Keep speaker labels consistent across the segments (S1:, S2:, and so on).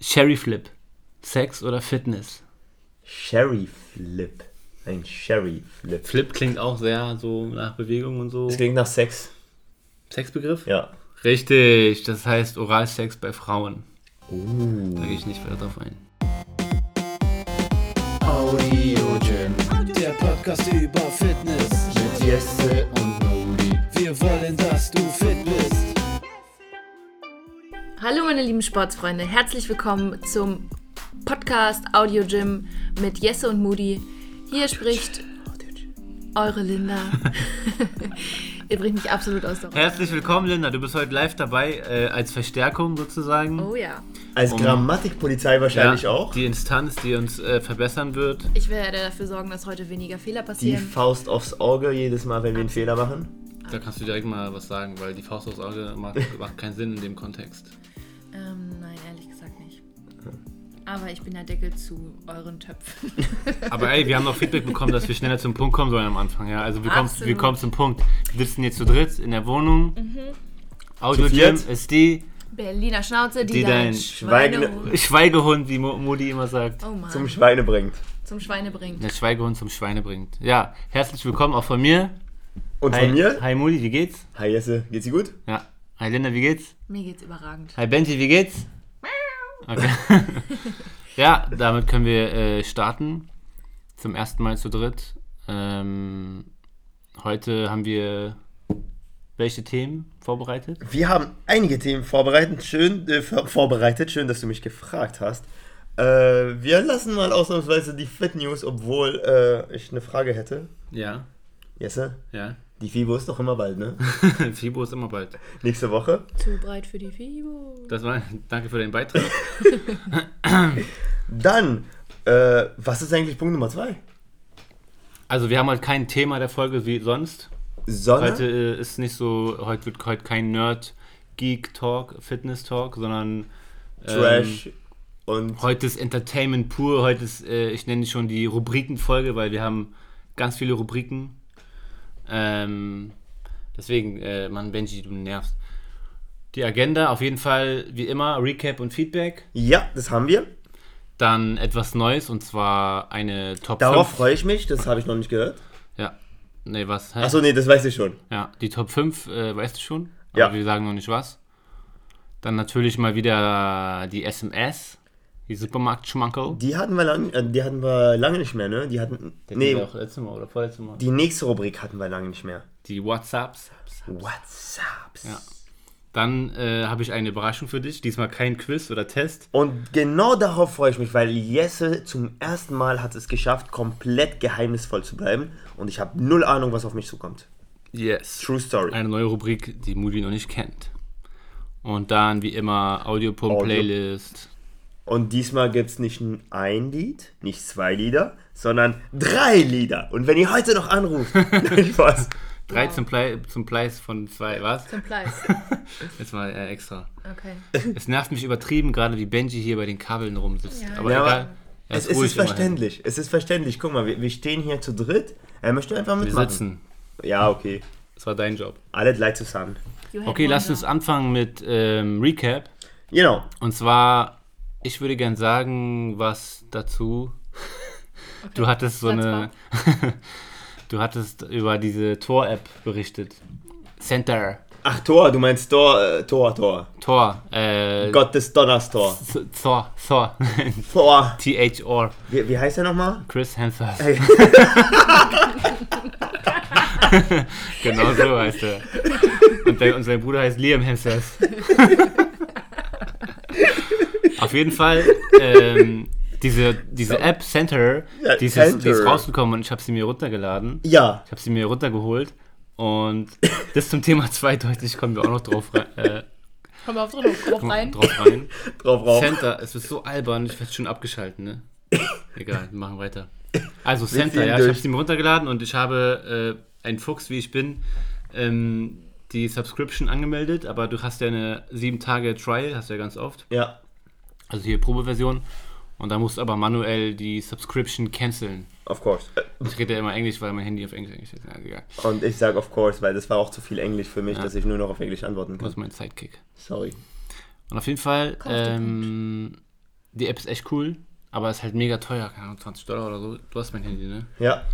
S1: Sherry Flip. Sex oder Fitness?
S2: Sherry Flip. Ein Sherry Flip.
S1: Flip klingt auch sehr so nach Bewegung und so.
S2: Das klingt nach Sex.
S1: Sexbegriff?
S2: Ja.
S1: Richtig, das heißt Oralsex bei Frauen.
S2: Uh.
S1: Da gehe ich nicht weiter drauf ein.
S3: Audio Gym. Der Podcast über Fitness.
S2: Mit Jesse
S3: Und Noli. Wir wollen, dass du fit bist.
S4: Hallo meine lieben Sportsfreunde, herzlich willkommen zum Podcast Audio Gym mit Jesse und Moody. Hier spricht eure Linda. Ihr bringt mich absolut aus der Ruhe.
S1: Herzlich willkommen, Linda. Du bist heute live dabei, äh, als Verstärkung sozusagen.
S4: Oh ja,
S2: Als Grammatikpolizei wahrscheinlich
S1: Ja,
S2: auch.
S1: Die Instanz, die uns äh, verbessern wird.
S4: ich werde dafür sorgen, dass heute weniger Fehler
S2: Die
S4: passieren.
S2: Faust aufs Auge jedes Mal, wenn wir einen Fehler machen.
S1: Da kannst du direkt mal was sagen, weil die Faust aufs Auge macht, macht keinen Sinn in dem Kontext.
S4: Ähm, nein, ehrlich gesagt nicht. Hm. Aber ich bin der Deckel zu euren Töpfen.
S1: Aber ey, wir haben noch Feedback bekommen, dass wir schneller zum Punkt kommen sollen am Anfang. Ja? Also wir kommen,
S4: Absolut.
S1: wir kommen zum Punkt. Wir sitzen jetzt zu dritt in der Wohnung. Audio
S2: Zu
S1: Gym
S2: viert.
S1: ist die
S4: Berliner Schnauze, die,
S1: Die
S4: dein
S1: dein
S2: Schweine-
S4: Schweinehund-
S1: Schweigehund, wie Mo- Modi immer sagt.
S4: Oh Mann,
S2: Zum
S4: zum,
S2: Schweine bringt.
S4: Schweine bringt.
S1: Der Schweigehund zum Schweine bringt. Ja, herzlich willkommen auch von mir.
S2: Und
S1: Hi,
S2: von mir?
S1: Hi Modi, wie geht's?
S2: Hi Jesse, geht's dir gut?
S1: Ja. Hi Linda, wie geht's?
S4: Mir geht's überragend.
S1: Hi Benji, wie geht's? Okay. ja, damit können wir äh, starten. Zum ersten Mal zu dritt. Ähm, heute haben wir welche Themen vorbereitet?
S2: Wir haben einige Themen vorbereitet. Schön, äh, vor- vorbereitet. Schön, dass du mich gefragt hast. Äh, wir lassen mal ausnahmsweise die Fit News, obwohl äh, ich eine Frage hätte.
S1: Ja,
S2: Jesse,
S1: ja.
S2: die FIBO ist doch immer bald, ne?
S1: Fibo ist immer bald.
S2: Nächste Woche.
S4: Zu breit für die Fibo.
S1: Das war, danke für deinen Beitrag.
S2: Dann, äh, was ist eigentlich Punkt Nummer zwei?
S1: Also wir haben heute kein Thema der Folge wie sonst.
S2: Sonne.
S1: Heute äh, ist nicht so, heute wird heute kein Nerd, Geek Talk, Fitness Talk, sondern ähm,
S2: Trash und
S1: Heute ist Entertainment pur, heute ist, äh, ich nenne die schon die Rubrikenfolge, weil wir haben ganz viele Rubriken. Ähm, deswegen, äh, Mann, Benji, du nervst. Die Agenda, auf jeden Fall, wie immer, Recap und Feedback.
S2: ja, das haben wir.
S1: Dann etwas Neues und zwar eine Top
S2: Darauf
S1: 5.
S2: freue ich mich, das habe ich noch nicht gehört.
S1: Ja. Nee, was? Hä?
S2: Achso, nee, das weiß ich schon.
S1: Ja, die Top 5, äh, weißt du schon. Aber
S2: Ja.
S1: wir sagen noch nicht was. Dann natürlich mal wieder die SMS, die Supermarkt-Schmankerl.
S2: Die hatten wir lange, äh, die hatten wir lange nicht mehr, ne? Die hatten. nee,
S1: auch letztes Mal oder vorletztes Mal. Die,
S2: die nächste Rubrik hatten wir lange nicht mehr.
S1: WhatsApps.
S2: WhatsApps.
S1: Ja. Dann äh, habe ich eine Überraschung für dich. Diesmal kein Quiz oder Test.
S2: Und genau darauf freue ich mich, weil Jesse zum ersten Mal hat es geschafft, komplett geheimnisvoll zu bleiben. Und ich habe null Ahnung, was auf mich zukommt.
S1: Yes.
S2: True Story.
S1: Eine neue Rubrik, die Moody noch nicht kennt. Und dann wie immer Audiopump
S2: Audio.
S1: Playlist.
S2: Und diesmal gibt es nicht n- ein Lied, nicht zwei Lieder, sondern drei Lieder. Und wenn ihr heute noch anruft, Nein, Spaß.
S1: 3 zum, Plei- zum Preis von 2, was?
S4: Zum Preis.
S1: Jetzt mal äh, extra.
S4: Okay.
S1: Es nervt mich übertrieben, gerade wie Benji hier bei den Kabeln rumsitzt.
S4: Ja.
S1: Aber
S2: Ja, aber
S1: egal. Er
S2: Es, es
S1: ruhig
S2: ist
S1: immerhin.
S2: verständlich, es ist verständlich. Guck mal, wir, wir stehen hier zu dritt. Er möchte einfach
S1: Wir
S2: mitmachen.
S1: sitzen.
S2: Ja, okay.
S1: Das war dein Job.
S2: Alle gleich zusammen.
S4: You had
S1: Okay,
S4: one
S1: lasst uns
S4: job.
S1: anfangen mit ähm, Recap.
S2: Genau.
S1: Und zwar, ich würde gern sagen, was dazu. Du hattest so
S4: Platz
S1: eine. du hattest über diese Tor-App berichtet. Center.
S2: Ach, Tor, du meinst Tor, äh, Tor, Tor.
S1: Tor. Äh,
S2: Gottes Donnerstor.
S1: Z- Thor. Thor.
S2: Tor.
S1: THR.
S2: Wie, wie heißt er nochmal?
S1: Chris Hemsworth.
S2: Ey.
S1: genau so heißt er. Und, der, und sein Bruder heißt Liam Hemsworth. Auf jeden Fall, ähm, diese, diese App Center,
S2: Ja,
S1: die, ist jetzt, die ist
S2: Center.
S1: rausgekommen und ich habe sie mir runtergeladen.
S2: Ja.
S1: Ich habe sie mir runtergeholt. Und das zum Thema zweideutig kommen wir auch noch drauf, rein- äh,
S4: Komm mal auf drin, komm auf rein.
S1: drauf rein.
S2: Drauf, drauf.
S1: Center, es ist so albern, ich werde schon abgeschaltet, ne? Egal, wir machen weiter. Also Center,
S2: ziehen
S1: ja, ich habe
S2: durch.
S1: sie mir runtergeladen und ich habe äh, ein Fuchs, wie ich bin, ähm, die Subscription angemeldet, aber du hast ja eine sieben Tage Trial, hast du ja ganz oft,
S2: Ja.
S1: also hier Probeversion und da musst du aber manuell die Subscription canceln.
S2: Of course. Äh,
S1: Ich rede ja immer Englisch, weil mein Handy auf Englisch Englisch ist. Ja, egal.
S2: Und ich sage of course, weil das war auch zu viel Englisch für mich, dass ich nur noch auf Englisch antworten
S1: Das
S2: kann.
S1: ist mein Sidekick.
S2: Sorry.
S1: Und auf jeden Fall
S4: auf den
S1: ähm, die App ist echt cool, aber ist halt mega teuer, keine Ahnung, 20 Dollar oder so. Du hast mein Handy, ne?
S2: Ja.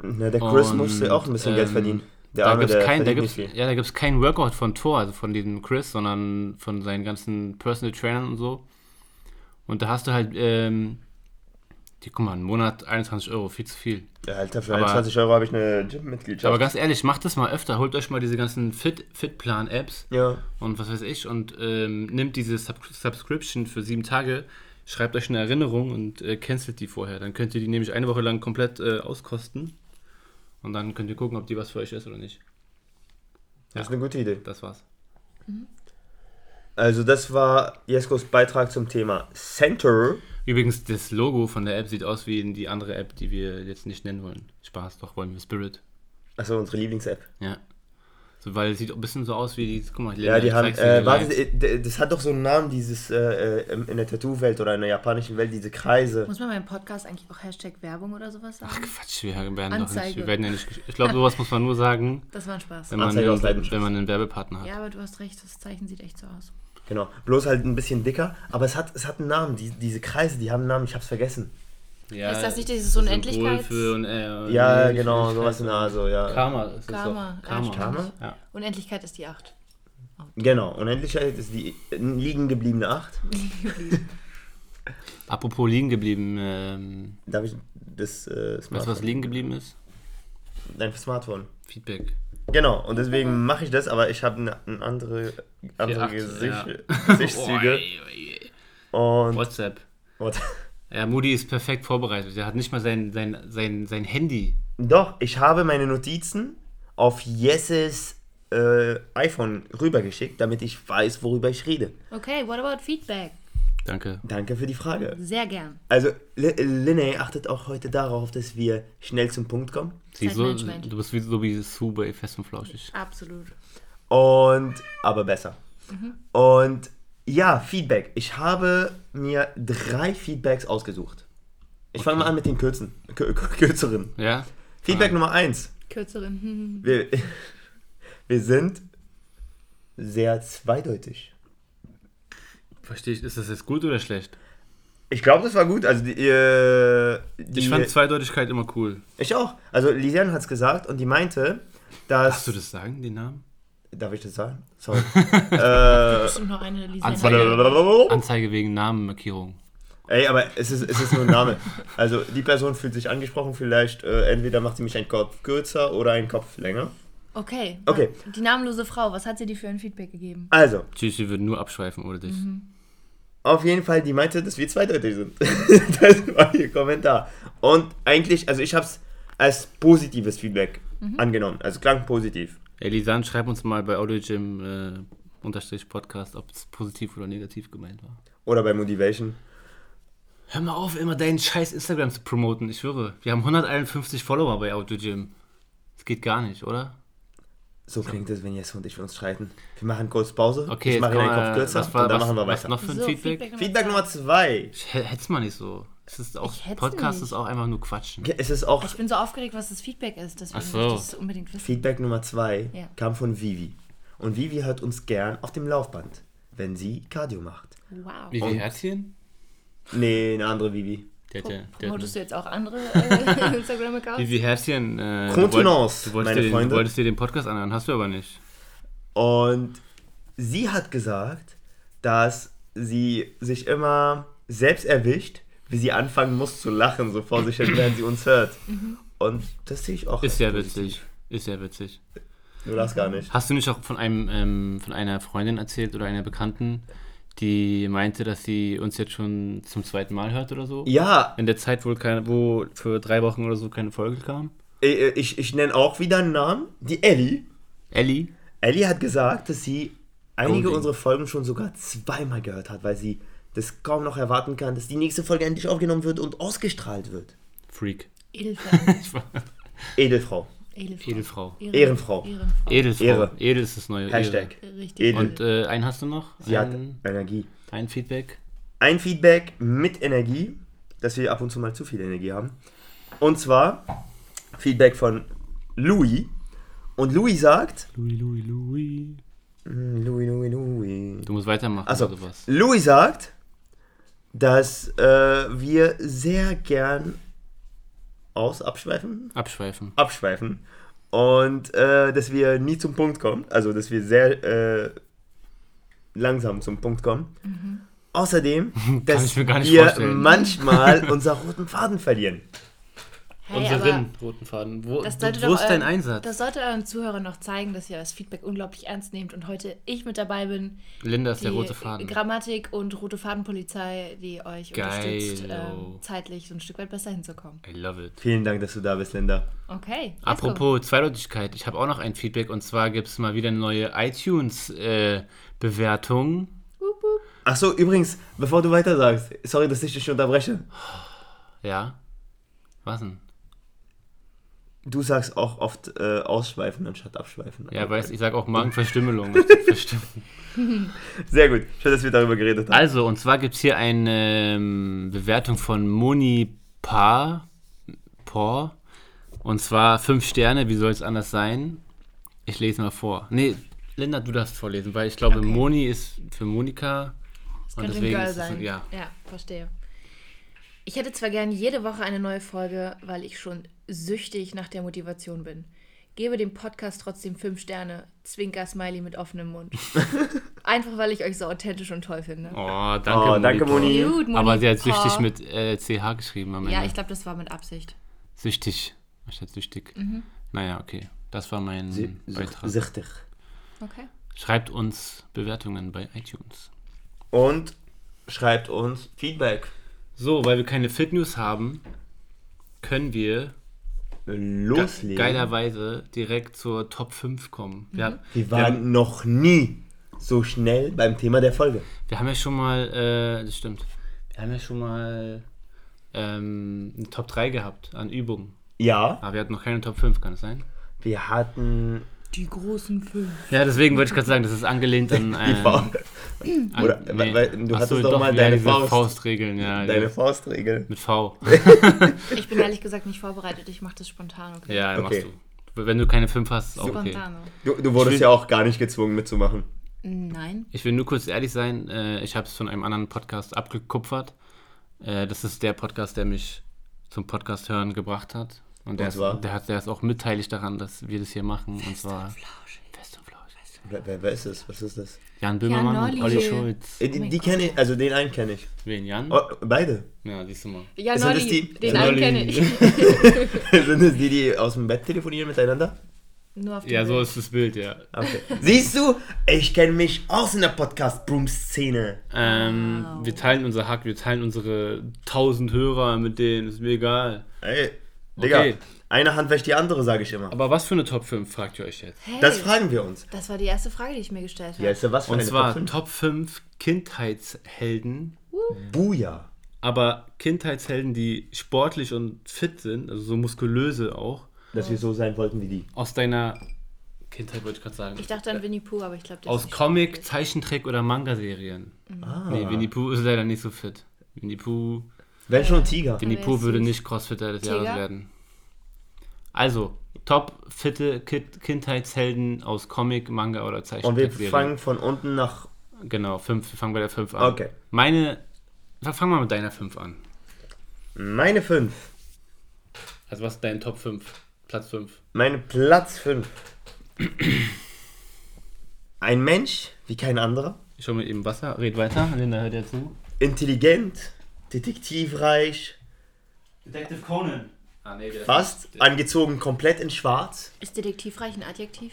S2: Na, der Chris
S1: Und,
S2: muss ja auch ein bisschen Geld
S1: ähm,
S2: verdienen. Der
S1: Da
S2: Arme,
S1: gibt es
S2: der
S1: kein, da
S2: verdient
S1: gibt's,
S2: nicht viel.
S1: ja, da gibt's kein Workout von Thor, also von diesem Chris, sondern von seinen ganzen Personal Trainern und so. Und da hast du halt, ähm, die, guck mal, einen Monat 21 Euro, viel zu viel.
S2: Ja, Alter, für
S1: Aber-
S2: 21 Euro habe ich eine Gym-Mitgliedschaft.
S1: Aber ganz ehrlich, macht das mal öfter, holt euch mal diese ganzen Fit- Fit-Plan-Apps
S2: ja.
S1: und was weiß ich und ähm, nimmt diese Sub Subscription für sieben Tage, schreibt euch eine Erinnerung und äh, cancelt die vorher. Dann könnt ihr die nämlich eine Woche lang komplett äh, auskosten und dann könnt ihr gucken, ob die was für euch ist oder nicht.
S2: Das ist eine gute Idee.
S1: Das war's.
S2: Also das war Jeskos Beitrag zum Thema Center.
S1: Übrigens, das Logo von der App sieht aus wie in die andere App, die wir jetzt nicht nennen wollen. Spaß, doch wollen wir Spirit.
S2: Also unsere Lieblings-App.
S1: Ja. So, weil es sieht ein bisschen so aus wie die. Guck mal,
S2: Ja, die haben. Äh, warte,
S1: warte,
S2: äh, d- das hat doch so einen Namen, dieses äh, äh, in der Tattoo-Welt oder in der japanischen Welt, diese Kreise.
S4: Muss man beim Podcast eigentlich auch Hashtag Werbung oder sowas sagen?
S1: Quatsch, wir werden doch nicht.
S4: Anzeige.
S1: Wir werden ja nicht. gesch- Ich glaube, sowas muss man nur sagen,
S4: Das war ein Spaß.
S1: wenn man,
S2: Anzeige aus
S1: einen,
S2: Leidenschaft.
S1: wenn man einen Werbepartner hat.
S4: Ja, aber du hast recht, das Zeichen sieht echt so aus.
S2: Genau. Bloß halt ein bisschen dicker, aber es hat, es hat einen Namen. Die, diese Kreise, die haben einen Namen, ich hab's vergessen.
S1: Ja,
S4: Ist das nicht dieses
S1: Symbol
S4: Unendlichkeits-
S1: Für, un- äh,
S2: Ja,
S1: Unendlichkeit.
S2: genau, sowas in der Art, so, ja.
S1: Karma ist es
S4: Karma,
S1: doch.
S4: ja,
S1: Karma.
S4: stimmt.
S2: Karma?
S1: Ja.
S4: Unendlichkeit ist die 8.
S2: Genau. Unendlichkeit ist die äh, liegen gebliebene 8.
S1: Apropos liegen geblieben. Ähm,
S2: Darf ich das
S1: weißt du,
S2: äh,
S1: was
S2: Smartphone?
S1: liegen geblieben ist?
S2: Dein Smartphone.
S1: Feedback.
S2: Genau, und deswegen mache ich das, aber ich habe eine ne andere, andere
S1: acht,
S2: Gesicht,
S1: ja. Oh,
S2: Gesichtszüge.
S1: Oi, oi, oi.
S2: Und
S1: WhatsApp.
S2: What?
S1: Ja, Moody ist perfekt vorbereitet. Er hat nicht mal sein, sein, sein, sein Handy.
S2: doch, ich habe meine Notizen auf Jesses äh, iPhone rübergeschickt, damit ich weiß, worüber ich rede.
S4: Okay, what about Feedback?
S1: Danke.
S2: Danke für die Frage.
S4: Sehr gern.
S2: Also, Li- Linne achtet auch heute darauf, dass wir schnell zum Punkt kommen.
S1: Sie so,
S4: Zeitmanagement.
S1: du bist wie, so wie Sue bei Fest und Flauschig.
S4: Absolut.
S2: Und, aber besser. Und ja, Feedback. Ich habe mir drei Feedbacks ausgesucht. Ich fange mal an mit den kürzen, kür- kürzeren.
S1: Ja?
S2: Feedback
S1: Ah.
S2: Nummer eins.
S4: Kürzerin. hm.
S2: Wir, wir sind sehr zweideutig.
S1: Verstehe ich. Ist das jetzt gut oder schlecht?
S2: Ich glaube, das war gut. Also die, äh, die,
S1: Ich fand Zweideutigkeit immer cool.
S2: ich auch. Also Lisiane hat es gesagt und die meinte, dass.
S1: Darfst du das sagen, den Namen?
S2: Darf ich das sagen? Sorry.
S1: Äh,
S4: Bestimmt noch eine Lisa.
S1: Anzeige. Anzeige wegen Namenmarkierung.
S2: Ey, aber es ist, es ist nur ein Name. Also die Person fühlt sich angesprochen. Vielleicht äh, entweder macht sie mich einen Kopf kürzer oder einen Kopf länger.
S4: Okay.
S2: Okay.
S4: Die namenlose Frau, was hat sie dir für ein Feedback gegeben?
S2: Also
S1: Tschüss, wir würden nur abschweifen ohne dich.
S2: Auf jeden Fall, die meinte, dass wir zweideutig sind. das war ihr Kommentar. Und eigentlich, also ich habe es als positives Feedback angenommen. Also klang positiv.
S1: Elisan, schreib uns mal bei AudioGym äh, unterstrich Podcast, ob es positiv oder negativ gemeint war.
S2: Oder bei Motivation.
S1: Hör mal auf, immer deinen scheiß Instagram zu promoten. Ich schwöre, wir haben 151 Follower bei AudioGym. Das geht gar nicht, oder?
S2: So klingt es, wenn Jess und ich uns streiten. Wir machen kurz Pause.
S1: Okay,
S2: ich mache
S1: kommen
S2: deinen Kopf
S1: wir-
S2: kürzer
S1: was war-
S2: und dann
S1: was,
S2: machen wir
S1: was
S2: weiter.
S1: noch für ein Feedback?
S2: Feedback Nummer zwei.
S1: Ich hä- hätt's mal nicht so. Es ist auch,
S4: Ich hätt's
S1: Podcast
S4: nicht.
S1: ist auch einfach nur Quatschen.
S2: Es ist auch
S4: Ich bin so aufgeregt, was das Feedback ist, deswegen
S1: Ach so.
S4: möchte ich es unbedingt wissen.
S2: Feedback Nummer zwei
S4: Ja.
S2: kam von Vivi. Und Vivi hört uns gern auf dem Laufband, wenn sie Cardio macht.
S4: Wow.
S1: Wie viel Herzchen?
S2: Nee, eine andere Vivi.
S1: Der hat ja- der hat
S4: Promotest du jetzt auch andere äh, Instagram-Accounts?
S1: Wie viel Herzchen? Äh, du
S2: Contenance,
S1: wolltest- du wolltest
S2: meine
S1: dir den,
S2: Freunde.
S1: Du wolltest dir den Podcast anhören, hast du aber nicht.
S2: Und sie hat gesagt, dass sie sich immer selbst erwischt, wie sie anfangen muss zu lachen, so vor sich hin, während sie uns hört. Und das sehe ich auch.
S1: Mhm. Ist
S2: als
S1: ja
S2: positiv.
S1: witzig. Mhm. Ist ja witzig.
S2: Du lachst gar nicht.
S1: Hast du nicht auch von einem ähm, von einer Freundin erzählt oder einer Bekannten, die meinte, dass sie uns jetzt schon zum zweiten Mal hört oder so?
S2: Ja,
S1: In der Zeit, wo, keine, wo für drei Wochen oder so keine Folge kam?
S2: äh, ich, ich nenne auch wieder einen Namen. Die Ellie.
S1: Ellie?
S2: Ellie hat gesagt, dass sie einige
S1: Golden.
S2: unserer Folgen schon sogar zweimal gehört hat, weil sie das kaum noch erwarten kann, dass die nächste Folge endlich aufgenommen wird und ausgestrahlt wird.
S1: Freak.
S4: Edelfrau.
S2: Edelfrau.
S1: Edelfrau.
S4: Edelfrau.
S2: Ehrenfrau.
S4: Ehrenfrau.
S1: Edelfrau.
S2: Ehre.
S1: Edel ist das neue. Ehre.
S2: Hashtag.
S4: Richtig.
S2: Edel.
S1: Und äh, einen hast du noch?
S2: Sie hat
S1: ein,
S2: Energie.
S1: ein Feedback.
S2: ein Feedback mit Energie, dass wir ab und zu mal zu viel Energie haben. Und zwar Feedback von Louis. Und Louis sagt. Hm,
S1: Louis, Louis, Louis.
S2: Louis, Louis, Louis.
S1: Du musst weitermachen
S2: Achso,
S1: oder was?
S2: Louis sagt, Also, dass äh, wir sehr gern aus abschweifen,
S1: Abschweifen.
S2: abschweifen und äh, dass wir nie zum Punkt kommen, also dass wir sehr äh, langsam zum Punkt kommen. Außerdem, dass
S1: ich mir gar nicht
S2: wir
S1: vorstellen.
S2: manchmal unseren roten Faden verlieren.
S4: Hey, aber
S1: Unseren roten Faden. Wo,
S4: das sollte
S1: wo
S4: doch
S1: ist dein
S4: euren-
S1: Einsatz?
S4: Das sollte euren Zuhörern noch zeigen, dass ihr das Feedback unglaublich ernst nehmt und heute ich mit dabei bin.
S1: Linda ist
S4: Die
S1: der rote Faden.
S4: Grammatik und rote Fadenpolizei, die euch
S1: Geil,
S4: unterstützt,
S1: oh.
S4: ähm, zeitlich so ein Stück weit besser hinzukommen.
S1: I love it.
S2: Vielen Dank, dass du da bist, Linda.
S4: Okay. let's go.
S1: Apropos Zweideutigkeit, ich habe auch noch ein Feedback und zwar gibt es mal wieder eine neue äh, iTunes-Bewertung.
S4: Wup, wup.
S2: Ach so, übrigens, bevor du weiter sagst, sorry, dass ich dich unterbreche.
S1: ja. Was denn?
S2: Du sagst auch oft äh, ausschweifen anstatt abschweifen.
S1: Ja, weiß, ich sag auch Magenverstümmelung. Verstüm-
S2: Sehr gut. Schön, dass wir darüber geredet haben.
S1: also, und zwar gibt es hier eine ähm, Bewertung von Moni Paar. Por. Und zwar fünf Sterne, wie soll es anders sein? Ich lese mal vor. Nee, Linda, du darfst vorlesen, weil ich glaube,
S4: Okay.
S1: Moni ist für Monika.
S4: Das
S1: Und
S4: könnte ein
S1: deswegen
S4: Girl
S1: ist es-
S4: sein.
S1: ja.
S4: verstehe. Ich hätte zwar gern jede Woche eine neue Folge, weil ich schon süchtig nach der Motivation bin. Gebe dem Podcast trotzdem fünf Sterne. Zwinker Smiley mit offenem Mund. Einfach weil ich euch so authentisch und toll finde.
S1: Oh, danke,
S2: Oh,
S1: Moni.
S2: danke,
S1: Por.
S2: Moni.
S4: Gut, Moni,
S1: Aber sie hat
S4: Paar.
S1: süchtig mit äh, CH geschrieben am Ende.
S4: Ja, ich glaube, das war mit Absicht.
S1: Süchtig. Anstatt süchtig.
S4: Mhm.
S1: Naja, okay. Das war mein Beitrag.
S2: Sichtig.
S4: Okay.
S1: Schreibt uns Bewertungen bei iTunes.
S2: Und schreibt uns Feedback.
S1: So, weil wir keine Fit News haben, können wir ge
S2: Loslegen.
S1: geilerweise direkt zur Top 5 kommen. Wir, haben-
S2: Wir
S1: wir,
S2: waren
S1: haben-
S2: noch nie so schnell beim Thema der Folge.
S1: wir haben ja schon mal, äh, das stimmt, wir haben ja schon mal ähm, eine Top 3 gehabt an Übungen.
S2: Ja,
S1: Aber wir hatten noch keine Top 5, kann es sein?
S2: wir hatten
S4: Die großen fünf.
S1: Ja, deswegen wollte ich gerade sagen, das ist angelehnt an.
S2: die
S1: ähm,
S2: Faust,
S1: an-
S2: Oder, weil- weil du
S1: Ach so,
S2: hattest doch mal
S1: ja,
S2: deine
S1: diese
S2: Faust.
S1: Faustregeln, ja.
S2: deine
S1: dieses-
S2: Faustregel.
S1: Mit V.
S4: Ich bin ehrlich gesagt nicht vorbereitet. Ich mache das spontan, okay?
S1: Ja,
S2: Okay.
S1: machst du. Wenn du keine 5 hast, ist auch okay.
S4: Spontano.
S2: Du, du wurdest ja auch gar nicht gezwungen mitzumachen.
S4: Nein.
S1: Ich will nur kurz ehrlich sein, äh, ich habe es von einem anderen Podcast abgekupfert. Äh, das ist der Podcast, der mich zum Podcast hören gebracht hat. Und der,
S2: Und zwar?
S1: ist, der, hat, der ist auch mitteilig daran, dass wir das hier machen. Und zwar Fest und Flauschig.
S2: Wer, wer, wer ist das? Was ist das?
S1: Jan Böhmermann und
S4: Nolli.
S1: Olli Schulz.
S2: Äh, die
S4: Oh mein
S2: die
S4: Gott.
S2: kenne ich, also den einen kenne ich.
S1: Wen, Jan?
S2: Oh, beide.
S1: Ja, siehst du mal.
S4: Ja,
S2: Sind das
S4: Nolli.
S2: die-
S4: Den
S1: Nolli.
S4: einen kenne ich.
S2: Sind es die, die aus dem Bett telefonieren miteinander?
S4: Nur auf dem
S1: Ja, so
S4: Bild.
S1: ist das Bild, ja.
S2: Okay. Siehst du, ich kenne mich aus in der Podcast-Broom-Szene.
S1: Ähm,
S4: Wow.
S1: Wir teilen unser Hack, wir teilen unsere 1000 Hörer mit denen, ist mir egal.
S2: Ey, Digga,
S1: Okay.
S2: eine Hand wäscht die andere, sage ich immer.
S1: Aber was für eine Top 5, fragt ihr euch jetzt?
S4: Hey,
S2: Das fragen wir uns.
S4: das war die erste Frage, die ich mir gestellt habe.
S2: Ja, ist ja was für
S1: Und
S2: eine
S1: zwar
S2: Top
S1: Top 5 Kindheitshelden,
S2: 5? Buja.
S1: aber Kindheitshelden, die sportlich und fit sind, also so muskulöse auch,
S2: Dass wir so sein wollten wie die.
S1: aus deiner Kindheit wollte ich gerade sagen.
S4: Ich dachte an Winnie Pooh, aber ich glaube, der ist
S1: aus
S4: nicht
S1: Comic,
S4: sportlich.
S1: Zeichentrick oder Manga-Serien.
S2: Ah.
S1: Nee, Winnie Pooh ist leider nicht so fit. Winnie Pooh,
S2: Wenn schon Tiger.
S1: Winnie
S4: wer
S1: Pooh
S4: ist
S1: würde
S4: süß?
S1: nicht Crossfitter des Jahres
S4: Tiger?
S1: werden. Also, top fitte Kid Kindheitshelden aus Comic, Manga oder
S2: Und wir
S1: Zeichentrick.
S2: fangen von unten nach.
S1: Genau, fünf. Wir fangen bei der 5 an.
S2: Okay.
S1: Meine. Fang mal mit deiner 5 an.
S2: Meine 5.
S1: Also was ist dein Top 5? Platz 5.
S2: Mein Platz 5. Ein Mensch wie kein anderer.
S1: Ich hole mir eben Wasser, red weiter. Linda hört ja zu.
S2: Intelligent, detektivreich,
S1: Detective Conan. Ah, nee, der
S2: fast angezogen komplett in schwarz.
S4: Ist detektivreich ein Adjektiv?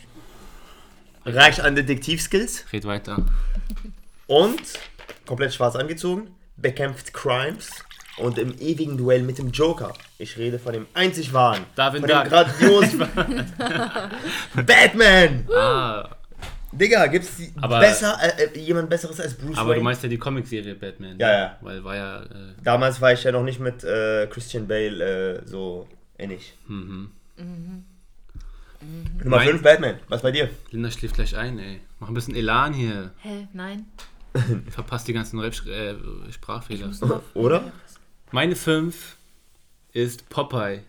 S2: Reich an Detektivskills.
S1: Red weiter.
S2: Und komplett schwarz angezogen, bekämpft Crimes und im ewigen Duell mit dem Joker. Ich rede von dem einzig wahren,
S1: Darwin
S2: von dem
S1: Duck.
S2: grandiosen Batman.
S1: Ah,
S2: Digga, gibt's
S1: Aber-
S2: besser äh, äh, jemand besseres als Bruce
S1: aber
S2: Wayne?
S1: du meinst ja die Comicserie Batman. ne?
S2: Ja, ja.
S1: Weil war ja. Äh,
S2: Damals war ich ja noch nicht mit äh, Christian Bale äh, so ähnlich. Nummer
S1: Mhm. Mein-
S2: 5 Batman. Was bei dir?
S1: Linda schläft gleich ein, ey. Mach ein bisschen Elan hier.
S4: Hä? Nein?
S1: Verpasst die ganzen Rap äh, Sprachfehler.
S2: Oder?
S1: Meine 5 ist Popeye.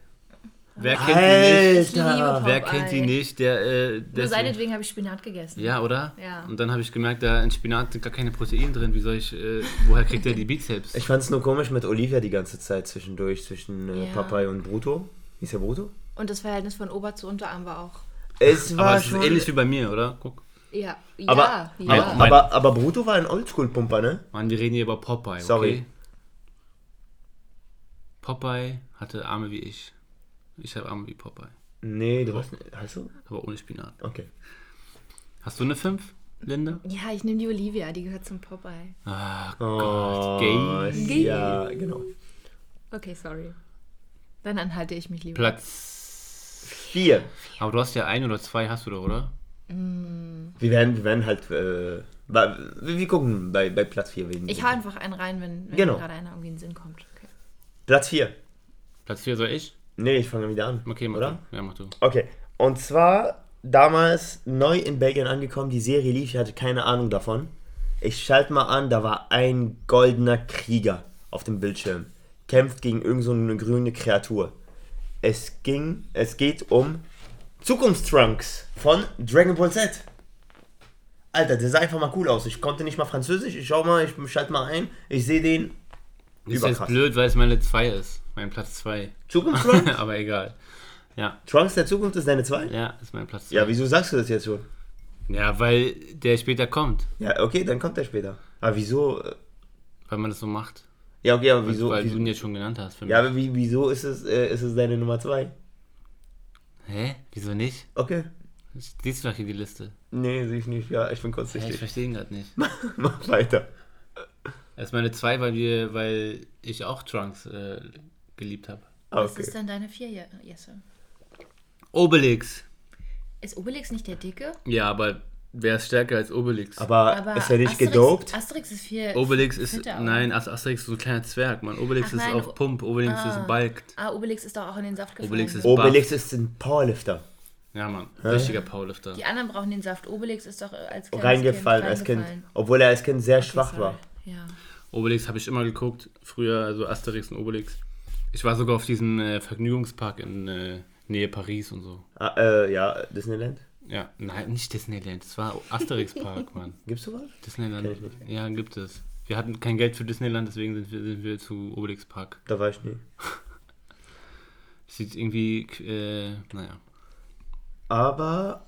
S1: Wer kennt die nicht?
S4: Ist eine
S2: Alter!
S4: Liebe.
S1: Wer kennt die
S4: Vorbei.
S1: nicht? Der, äh,
S4: Nur
S1: der
S4: seinetwegen habe ich Spinat gegessen.
S1: ja, oder?
S4: Ja.
S1: Und dann habe ich gemerkt, da in Spinat sind gar keine Proteine drin. Wie soll ich, äh, woher kriegt er die Bizeps?
S2: Ich fand's nur komisch mit Olivia die ganze Zeit zwischendurch, zwischen äh,
S4: Ja.
S2: Papay und Bruto. Hieß der Bruto?
S4: Und das Verhältnis von Ober zu Unterarm war auch.
S2: Es war
S1: Aber es ist
S2: schon.
S1: ähnlich wie bei mir, oder? Guck.
S4: Ja, ja,
S2: aber,
S4: ja.
S2: aber,
S1: Mein-
S2: aber, aber Bruto war ein Oldschool-Pumper, ne?
S1: Mann, wir reden hier über Popeye,
S2: Sorry.
S1: okay? Popeye hatte Arme wie ich. Ich habe Arme wie Popeye.
S2: Nee, du warst. Hast du?
S1: Aber ohne Spinat.
S2: Okay.
S1: Hast du eine 5, Linda?
S4: ja, ich nehme die Olivia, die gehört zum Popeye.
S1: Ah,
S2: Oh,
S1: Gott. Gay.
S4: Gay.
S2: Ja, genau.
S4: Okay, sorry. Dann anhalte ich mich lieber.
S1: Platz.
S2: Vier.
S1: Aber du hast ja ein oder zwei, hast du doch, oder?
S2: Wir werden, wir werden halt. Äh, bei, wir wir gucken bei, bei Platz 4.
S4: Ich hau einfach einen rein, wenn, wenn
S2: Genau.
S4: mir gerade einer irgendwie in den Sinn kommt. Okay.
S2: Platz 4.
S1: Platz 4 soll ich?
S2: Nee, ich fange wieder an.
S1: Okay, mach
S2: oder?
S1: du. Ja, mach du.
S2: Okay. Und zwar damals neu in Belgien angekommen, die Serie lief, ich hatte keine Ahnung davon. Ich schalte mal an, da war ein goldener Krieger auf dem Bildschirm. Kämpft gegen irgend so eine grüne Kreatur. Es ging, es geht um Zukunftstrunks von Dragon Ball Z. Alter, der sah einfach mal cool aus. Ich konnte nicht mal Französisch. Ich schau mal, ich schalte mal ein. Ich sehe den.
S1: Ist jetzt
S2: Überkrass.
S1: blöd, weil es meine 2 ist. Mein Platz 2.
S2: Zukunftstrunks?
S1: Aber egal. Ja,
S2: Trunks der Zukunft ist deine 2?
S1: ja, ist mein Platz 2.
S2: Ja, wieso sagst du das jetzt schon?
S1: ja, weil der später kommt.
S2: Ja, okay, dann kommt er später. Aber wieso? äh,
S1: Weil man das so macht.
S2: Ja, okay, aber wieso?
S1: weil du
S2: wieso
S1: ihn jetzt schon genannt hast. Für mich.
S2: ja, aber wie, wieso ist es, äh, ist es deine Nummer 2?
S1: Hä? Wieso nicht?
S2: Okay.
S1: Siehst du doch hier die Liste.
S2: Nee, sehe ich nicht. Ja, ich
S1: Hä,
S2: bin
S1: ich
S2: kurzsichtig.
S1: verstehe ihn gerade nicht.
S2: Mach weiter.
S1: Das ist meine 2, weil, wir- weil ich auch Trunks äh, geliebt habe.
S2: Ah,
S4: Was ist
S2: Okay.
S4: denn deine vier Je- Jesse?
S1: Obelix.
S4: Ist Obelix nicht der Dicke?
S1: Ja, aber wer ist stärker als Obelix?
S2: Aber,
S4: Aber
S2: Ah, ist er nicht
S4: Asterix,
S2: gedopt?
S4: Asterix ist viel.
S1: Obelix ist.
S4: fitter, oder?
S1: nein, As- Asterix ist so ein kleiner Zwerg, Mann. Obelix
S4: Ach nein,
S1: ist
S4: O-
S1: auf Pump, Obelix ist balkt.
S4: Ah, Obelix ist doch auch in den Saft gefallen.
S1: Obelix ist-
S2: Obelix ist ein Powerlifter.
S1: Ja, Mann. Richtiger Powerlifter.
S4: Die anderen brauchen den Saft. Obelix ist doch als kleines
S2: Reingefallen
S4: kind,
S2: als Kind.
S4: reingefallen.
S2: Obwohl er als Kind sehr schwach
S4: Sorry.
S2: war.
S4: Ja.
S1: Obelix habe ich immer geguckt, früher, also Asterix und Obelix. Ich war sogar auf diesem äh, Vergnügungspark in äh, Nähe Paris und so.
S2: Ah, äh, ja, Disneyland.
S1: Ja, nein, nicht Disneyland, es war Asterix Park, Mann.
S2: Gibt's sowas? Kenn
S1: Disneyland,
S2: ich nicht.
S1: ja, gibt es. Wir hatten kein Geld für Disneyland, deswegen sind wir, sind wir zu Obelix Park.
S2: Da war ich nie.
S1: Sieht irgendwie, äh, naja.
S2: Aber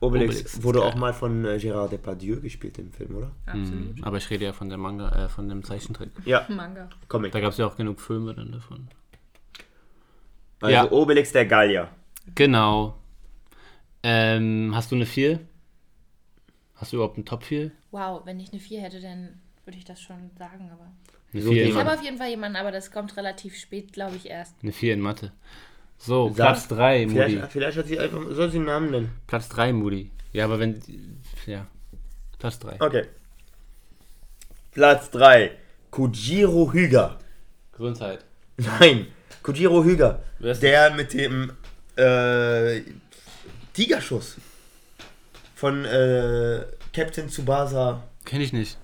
S2: Obelix,
S1: Obelix ist
S2: wurde
S1: geil.
S2: auch mal von äh, Gérard Depardieu gespielt im Film, oder?
S4: Absolut.
S1: Aber ich rede ja von der Manga, äh, von dem Zeichentrick.
S2: Ja,
S4: Hm. Manga.
S2: Comic.
S1: Da gab es ja auch genug Filme dann davon.
S2: Also
S1: Ja.
S2: Obelix der Gallier.
S1: Genau. Ähm, hast du eine 4? Hast du überhaupt einen Top 4?
S4: Wow, wenn ich eine 4 hätte, dann würde ich das schon sagen, aber.
S1: Eine
S2: So
S1: 4
S2: geht
S1: in,
S4: Ich
S2: Mann.
S4: habe auf jeden Fall jemanden, aber das kommt relativ spät, glaube ich, erst.
S1: eine vier in Mathe. So,
S2: Sag-
S1: Platz 3, Moody.
S2: Vielleicht, vielleicht hat sie einfach. Soll sie einen Namen nennen?
S1: Platz 3, Moody. Ja, aber wenn. Ja. Platz 3.
S2: Okay. Platz 3. Kujiro Hyga.
S1: Gesundheit.
S2: Nein, Kujiro Hyga.
S1: Wer ist
S2: Der mit dem äh, Tigerschuss von äh, Captain Tsubasa
S1: Kenne ich nicht.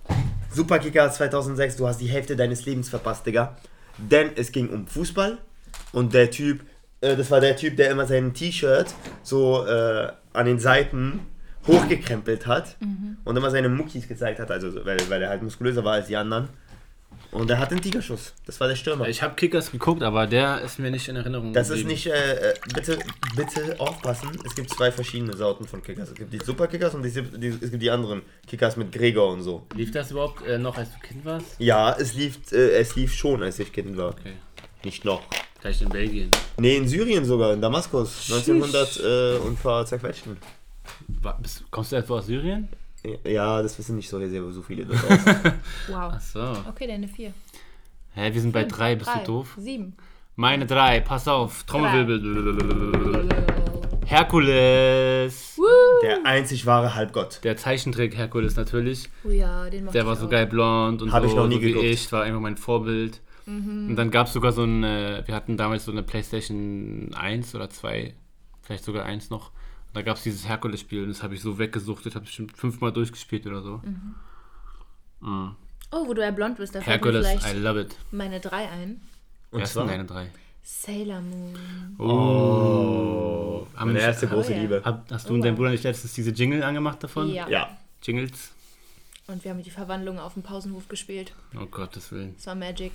S2: Superkicker 2006. Du hast die Hälfte deines Lebens verpasst, Digga. Denn es ging um Fußball und der Typ, äh, das war der Typ, der immer sein T-Shirt so äh, an den Seiten hochgekrempelt hat und immer seine Muckis gezeigt hat, also weil, weil er halt muskulöser war als die anderen. Und er hat den Tigerschuss. Das war der Stürmer.
S1: Ich habe Kickers geguckt, aber der ist mir nicht in Erinnerung.
S2: Das ist
S1: geblieben.
S2: nicht, äh, äh, bitte, bitte aufpassen. Es gibt zwei verschiedene Sorten von Kickers. Es gibt die Superkickers und die, die, es gibt die anderen Kickers mit Gregor und so.
S1: Lief das überhaupt äh, noch, als du Kind warst?
S2: Ja, es lief, äh, es lief schon, als ich Kind war.
S1: Okay.
S2: Nicht noch.
S1: Vielleicht in Belgien.
S2: Nee, in Syrien sogar, in Damaskus. 1900 äh, und war zerquetschten.
S1: Wa- bist, kommst du etwa aus Syrien?
S2: Ja, das wissen nicht so, sehr, so viele das aus.
S4: Wow.
S1: So.
S4: Okay, deine 4.
S1: Hä, wir sind bei 3, bist du doof?
S4: 7.
S1: Meine 3, pass auf. Trommelwirbel. Herkules.
S2: Der einzig wahre Halbgott.
S1: Der Zeichentrick Herkules natürlich.
S4: Oh ja, den mochte
S1: Der war
S4: ich
S1: so
S4: auch.
S1: geil blond und
S2: Hab
S1: so,
S2: ich noch nie
S1: so wie
S2: geguckt.
S1: ich, war einfach mein Vorbild.
S4: Mhm.
S1: Und dann gab es sogar so ein, äh, wir hatten damals so eine Playstation 1 oder 2, vielleicht sogar 1 noch. Und da gab es dieses Herkules-Spiel und das habe ich so weggesuchtet, habe bestimmt fünfmal durchgespielt oder so.
S4: Mhm. Oh, wo du ja blond bist, da fällt mir
S1: Herkules,
S4: vielleicht
S1: I love it.
S4: meine 3 ein.
S1: Und Wer ist denn
S2: zwar?
S1: deine drei?
S4: Sailor Moon.
S1: Oh. Haben
S2: Meine
S1: wir-
S2: erste große
S4: Oh ja.
S2: Liebe.
S1: hab, hast du und dein Bruder nicht letztens diese Jingle angemacht davon?
S4: Oh. Ja.
S2: Ja.
S1: Jingles?
S4: Und wir haben die Verwandlung auf dem Pausenhof gespielt.
S1: Oh Gottes Willen.
S4: Das war Magic.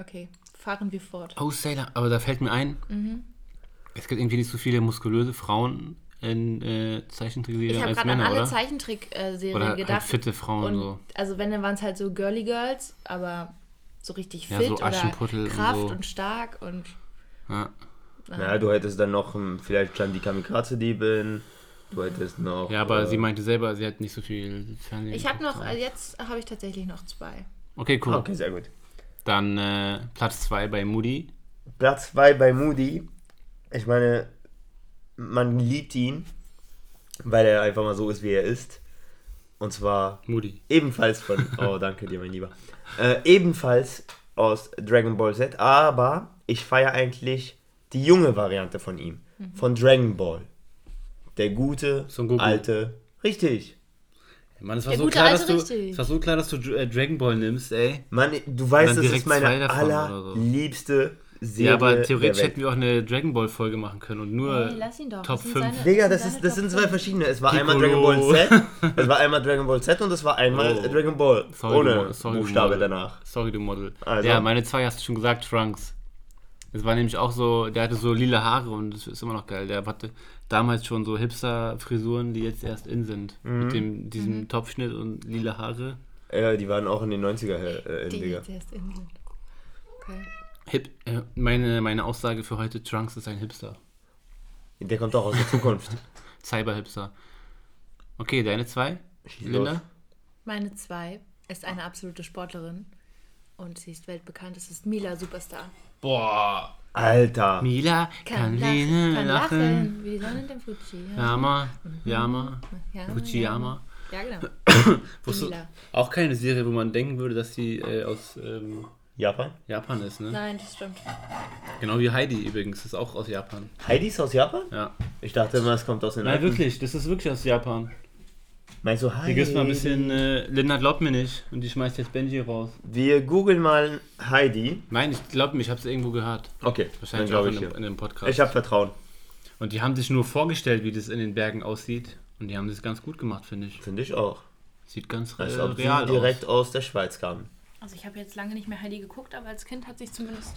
S4: Okay, fahren wir fort.
S1: Oh, Sailor, aber da fällt mir ein,
S4: Mhm.
S1: es gibt irgendwie nicht so viele muskulöse Frauen in äh,
S4: Ich
S1: Zeichentrickserien
S4: habe
S1: als
S4: gerade an
S1: Männer,
S4: alle
S1: oder? Oder
S4: Zeichentrick-Serien
S1: halt
S4: gedacht.
S1: fitte Frauen
S4: und
S1: so.
S4: Also wenn, dann waren es halt so Girly Girls, aber so richtig
S1: Ja,
S4: fit
S1: so Aschenputtel
S4: oder
S1: und
S4: Kraft
S1: so.
S4: und, stark und
S1: Ja. Ah.
S2: Na, du hättest dann noch hm, vielleicht schon die Kamikaze-Diebin. Du hättest noch.
S1: ja, aber
S2: äh,
S1: sie meinte selber, sie hat nicht so viel Fernsehen.
S4: Oh. ich habe
S1: geguckt,
S4: noch,
S1: aber-
S4: äh, jetzt habe ich tatsächlich noch zwei.
S1: Okay, cool.
S2: Okay, sehr gut.
S1: Dann äh, Platz 2 bei Moody.
S2: Platz 2 bei Moody. Ich meine, man liebt ihn, weil er einfach mal so ist, wie er ist. Und zwar
S1: Moody.
S2: ebenfalls von. Oh, danke dir, mein Lieber. Äh, ebenfalls aus Dragon Ball Z, aber ich feiere eigentlich die junge Variante von ihm. Von Dragon Ball. Der gute,
S1: Son Goku.
S2: alte. Richtig.
S1: Mann, es war,
S4: Der
S1: so
S4: gute
S1: klar, dass
S4: alte
S1: du,
S4: richtig.
S1: es war so klar, dass du äh, Dragon Ball nimmst, ey.
S2: Mann, du weißt,
S1: dann
S2: das ist
S1: direkt zwei
S2: meine
S1: davon oder so.
S2: allerliebste Serie.
S1: ja, aber
S2: der
S1: theoretisch
S2: Welt.
S1: hätten wir auch eine Dragon Ball Folge machen können und nur
S4: Nee, lass ihn doch.
S1: Äh, Top
S4: Das sind
S1: 5.
S4: seine-
S2: Digga, das,
S4: Seine
S2: ist, das
S4: Top
S2: sind zwei
S4: fünf.
S2: verschiedene. Es war einmal Dragon
S1: Piccolo.
S2: Ball Z, es war einmal Dragon Ball Z und es war einmal
S1: Oh.
S2: Dragon Ball.
S1: Sorry, du Mo-
S2: ohne
S1: sorry, du
S2: Buchstabe
S1: Model.
S2: danach.
S1: Sorry, du Model.
S2: Also.
S1: Ja, meine zwei hast du schon gesagt, Trunks. Es war nämlich auch so, der hatte so lila Haare und das ist immer noch geil. Der hatte damals schon so Hipster-Frisuren, die jetzt erst in sind.
S2: Mhm.
S1: Mit dem, diesem Topfschnitt und lila Haare.
S2: Ja, die waren auch in den 90er her, äh, in,
S4: Die
S2: Digga.
S4: jetzt erst in sind. Okay.
S1: Hip, äh, meine, meine Aussage für heute, Trunks ist ein Hipster.
S2: Der kommt auch aus der Zukunft.
S1: Cyber-Hipster. Okay, deine zwei?
S2: Schieß los.
S1: Linda?
S4: Meine zwei ist
S1: Ah.
S4: eine absolute Sportlerin und sie ist weltbekannt. Es ist Mila Superstar.
S1: Boah.
S2: Alter.
S1: Mila kann, Lene lachen. Mhm.
S4: wie die Sonne in dem Fuji.
S1: Yama, Yama,
S4: Ja,
S1: Fujiyama.
S4: Ja, genau.
S1: Wusstest-
S4: Mila.
S1: Auch keine Serie, wo man denken würde, dass sie äh, aus ähm,
S2: Japan?
S1: Japan ist, ne?
S4: Nein, das stimmt.
S1: Genau wie Heidi übrigens, ist auch aus Japan.
S2: Heidi ist aus Japan?
S1: Ja.
S2: Ich dachte immer, es kommt aus den
S1: Nein,
S2: alten.
S1: wirklich, das ist wirklich aus Japan.
S2: Meinst du Heidi?
S1: Hier gibt's mal ein bisschen, äh, Linda glaubt mir nicht und die schmeißt jetzt Benji raus.
S2: Wir googeln mal Heidi.
S1: Nein, ich glaube mir, ich habe es irgendwo gehört.
S2: Okay,
S1: Wahrscheinlich
S2: dann
S1: auch
S2: glaub
S1: in,
S2: ich
S1: einem,
S2: dir.
S1: in einem Podcast.
S2: Ich hab Vertrauen.
S1: und die haben sich nur vorgestellt, wie das in den Bergen aussieht. Und die haben das ganz gut gemacht, finde ich.
S2: Finde ich auch.
S1: Sieht ganz
S2: Als
S1: äh,
S2: ob sie
S1: real aus.
S2: direkt aus der Schweiz kamen.
S4: Also ich habe jetzt lange nicht mehr Heidi geguckt, aber als Kind hat sich zumindest...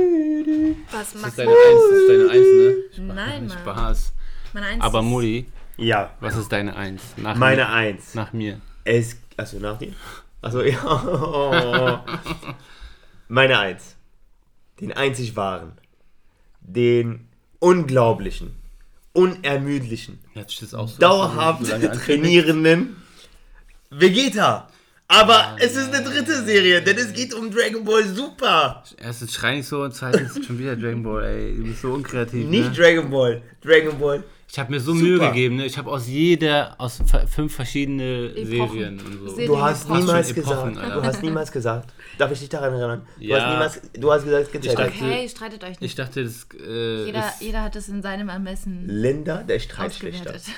S2: Heidi.
S4: Was
S1: Das ist
S4: machst
S1: deine Eins, das ist deine Eins, ne?
S4: Nein, Mann.
S1: Spaß.
S4: Meine Eins
S1: Aber
S4: ist-
S1: Mudi,
S2: Ja,
S1: was ist deine Eins? Nach
S2: meine
S1: mir.
S2: Eins.
S1: Nach mir.
S2: Es. Achso, nach dir? Achso, ja. Meine Eins. Den einzig wahren. Den unglaublichen. Unermüdlichen.
S1: Jetzt steht es auch so.
S2: Dauerhaft
S1: so lange ankündigt.
S2: trainierenden. Ah, Vegeta! Aber es ist eine dritte Serie, denn es geht um Dragon Ball Super.
S1: Erstens schreie ich so und zweitens schon wieder Dragon Ball, ey. Du bist so unkreativ.
S2: Nicht
S1: ne?
S2: Dragon Ball. Dragon Ball.
S1: Ich habe mir so Mühe
S2: Super.
S1: gegeben, ne? Ich habe aus jeder, aus ver- fünf verschiedene Serien und so.
S4: Serien.
S2: Du hast
S1: Fast schon
S2: niemals
S1: Epochen,
S2: gesagt.
S1: Alter.
S2: Du hast niemals gesagt. Darf ich dich daran erinnern? Du
S1: Ja.
S2: hast niemals. Du hast gesagt,
S1: dachte-
S2: gezeigt.
S4: Okay, streitet euch
S1: Ich
S4: nicht.
S1: dachte, das, äh,
S4: Jeder,
S1: ist,
S4: jeder hat es in seinem Ermessen
S2: Linda, der Streitschlichter.
S4: ausgewertet.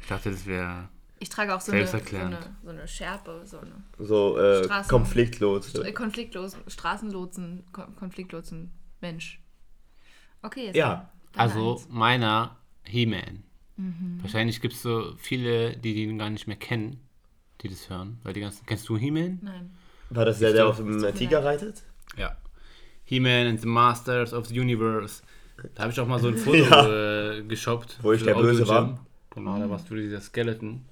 S1: ich dachte, das wäre.
S4: Ich trage auch so eine, so
S1: Selbsterklärend.
S4: eine, so eine Schärpe, so eine
S2: So äh,
S4: Straßen-
S2: konfliktlos.
S4: äh, konfliktlosen, Straßenlotsen, Kon- konfliktlotsen Mensch. Okay, jetzt
S2: Ja,
S4: dann
S1: Also
S4: eins. Mhm.
S1: meiner He-Man. Wahrscheinlich gibt es so viele, die den gar nicht mehr kennen, die das hören. Weil die ganzen. Kennst du He-Man?
S4: Nein.
S2: War das der, der auf dem Tiger reitet?
S1: Ja. He-Man and the Masters of the Universe. Da habe ich auch mal so ein Foto äh, geshoppt.
S2: Wo ich
S1: für
S2: der Böse
S1: Audio-Gym.
S2: war.
S1: Genau, da warst du dieser Skeleton.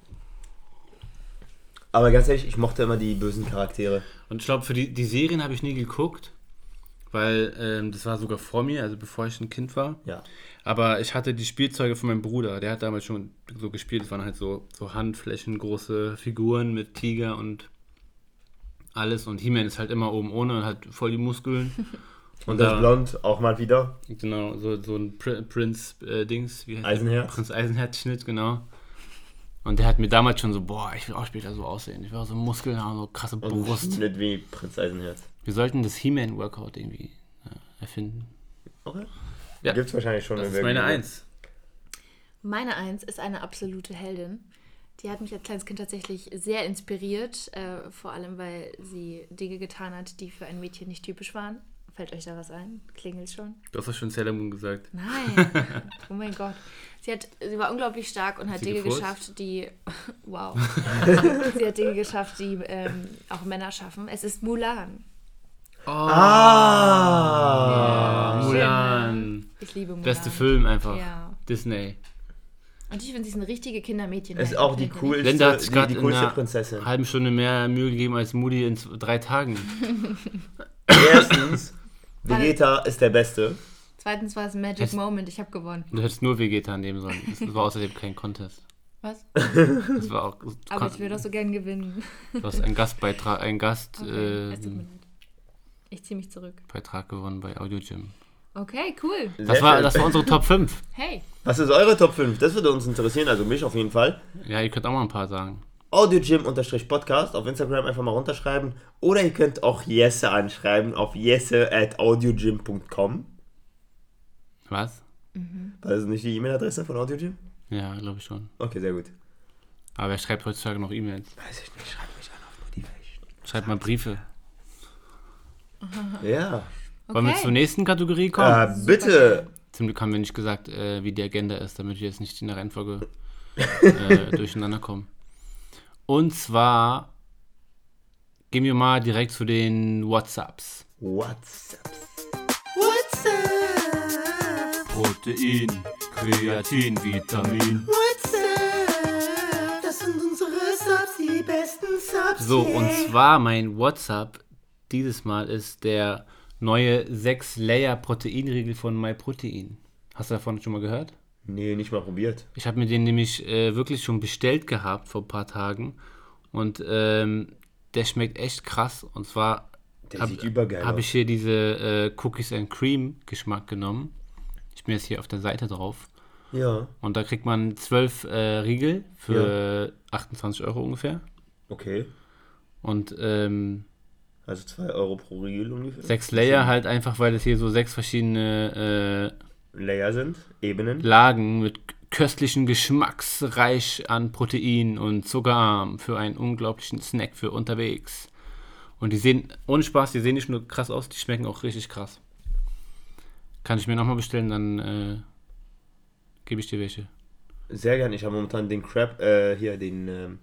S2: Aber ganz ehrlich, ich mochte immer die bösen Charaktere.
S1: Und ich glaube, für die, die Serien habe ich nie geguckt, weil ähm, das war sogar vor mir, also bevor ich ein Kind war.
S2: Ja.
S1: Aber ich hatte die Spielzeuge von meinem Bruder. Der hat damals schon so gespielt. Es waren halt so, so Handflächen, große Figuren mit Tiger und alles. Und He-Man ist halt immer oben ohne und hat voll die Muskeln.
S2: Und
S1: Ja.
S2: das Blond auch mal wieder.
S1: Genau, so, so ein Pri Prinz-Dings, wie heißt
S2: Eisenherz.
S1: Der? Prinz Eisenherz-Schnitt, genau. Und der hat mir damals schon so, boah, ich will auch später so aussehen. Ich will auch so Muskeln haben, so krasse
S2: Und
S1: Brust.
S2: nicht wie Prinz Eisenherz.
S1: Wir sollten das He-Man-Workout irgendwie äh, erfinden.
S2: Okay.
S1: Ja.
S2: Gibt's wahrscheinlich schon.
S1: Das
S2: wenn
S1: ist
S2: wir-
S1: meine Eins.
S4: Meine Eins ist eine absolute Heldin. Die hat mich als kleines Kind tatsächlich sehr inspiriert, äh, vor allem weil sie Dinge getan hat, die für ein Mädchen nicht typisch waren. Fällt euch da was ein? Klingelt schon?
S1: Du hast ja schon Sailor Moon gesagt.
S4: Nein. Oh mein Gott. Sie, hat, sie war unglaublich stark und hat
S1: Sie
S4: Dinge
S1: gefurzt?
S4: geschafft, die. Wow. sie hat Dinge geschafft, die ähm, auch Männer schaffen. Es ist Mulan.
S1: Oh,
S2: Ah!
S4: Ja,
S1: Mulan.
S4: Ich liebe Mulan.
S1: Beste Film einfach.
S4: Ja.
S1: Disney.
S4: Und ich finde, sie ist eine richtige Kindermädchen.
S2: Es ist auch die coolste,
S1: Linda hat sich
S2: die,
S1: gerade
S2: die
S1: in
S2: coolste
S1: einer
S2: Prinzessin.
S1: halben Stunde mehr Mühe gegeben als Moody in z- drei Tagen.
S2: Erstens, Vegeta ist der Beste.
S4: Zweitens war es ein Magic Moment. Ich habe gewonnen.
S1: Du hättest nur Vegeta nehmen sollen. Das war außerdem kein Contest.
S4: Was?
S1: Das war auch. Du,
S4: Aber
S1: kannst-
S4: ich würde doch so gern gewinnen.
S1: du hast einen Gastbeitrag, einen
S4: Okay,
S1: Gastbeitrag
S4: es tut mir leid. Ich ziehe mich zurück.
S1: Beitrag gewonnen bei Audio Gym.
S4: Okay, cool.
S1: Das
S2: Sehr
S1: war,
S2: schön.
S1: das war unsere Top 5.
S4: Hey.
S2: Was ist eure Top 5? Das würde uns interessieren, also mich auf jeden Fall.
S1: Ja, ihr könnt auch mal ein paar sagen.
S2: audiogym-podcast auf Instagram einfach mal runterschreiben. Oder ihr könnt auch Jesse anschreiben auf jesse at audiogym.com.
S1: Was?
S2: War das nicht die E-Mail-Adresse von Audiogym?
S1: Ja, glaube ich schon.
S2: Okay, sehr gut.
S1: Aber wer schreibt heutzutage noch E-Mails?
S2: Weiß ich nicht, schreibt mich an auf Motivation.
S1: Schreibt mal Briefe.
S2: Ja.
S4: Okay.
S1: Wollen wir zur nächsten Kategorie kommen?
S2: Äh, bitte.
S1: Zum Glück haben wir nicht gesagt, äh, wie die Agenda ist, damit wir jetzt nicht in der Reihenfolge äh, durcheinander kommen. Und zwar gehen wir mal direkt zu den WhatsApps.
S2: What's up?
S5: Protein, Kreatin, Vitamin.
S1: So, und zwar mein WhatsApp dieses Mal ist der neue 6-Layer-Proteinriegel von MyProtein. Hast du davon schon mal gehört?
S2: Nee, nicht mal probiert.
S1: Ich habe mir den nämlich äh, wirklich schon bestellt gehabt vor ein paar Tagen. Und ähm, der schmeckt echt krass. Und zwar
S2: Der
S1: habe
S2: sieht übergeil
S1: hab
S2: aus.
S1: ich hier diese äh, Cookies and Cream Geschmack genommen. Ich bin jetzt hier auf der Seite drauf.
S2: Ja.
S1: Und da kriegt man 12 äh, Riegel für 28 Euro ungefähr.
S2: Okay.
S1: Und ähm,
S2: Also 2 Euro pro Riegel ungefähr.
S1: sechs Layer halt einfach, weil es hier so sechs verschiedene äh,
S2: Layer sind, Ebenen.
S1: Lagen mit köstlichen Geschmacks, reich an Protein und zuckerarm für einen unglaublichen Snack für unterwegs. Und die sehen, ohne Spaß, die sehen nicht nur krass aus, die schmecken auch richtig krass. Kann ich mir nochmal bestellen, dann äh, gebe ich dir welche.
S2: Sehr gern. Ich habe momentan den Crab, äh, hier den ähm,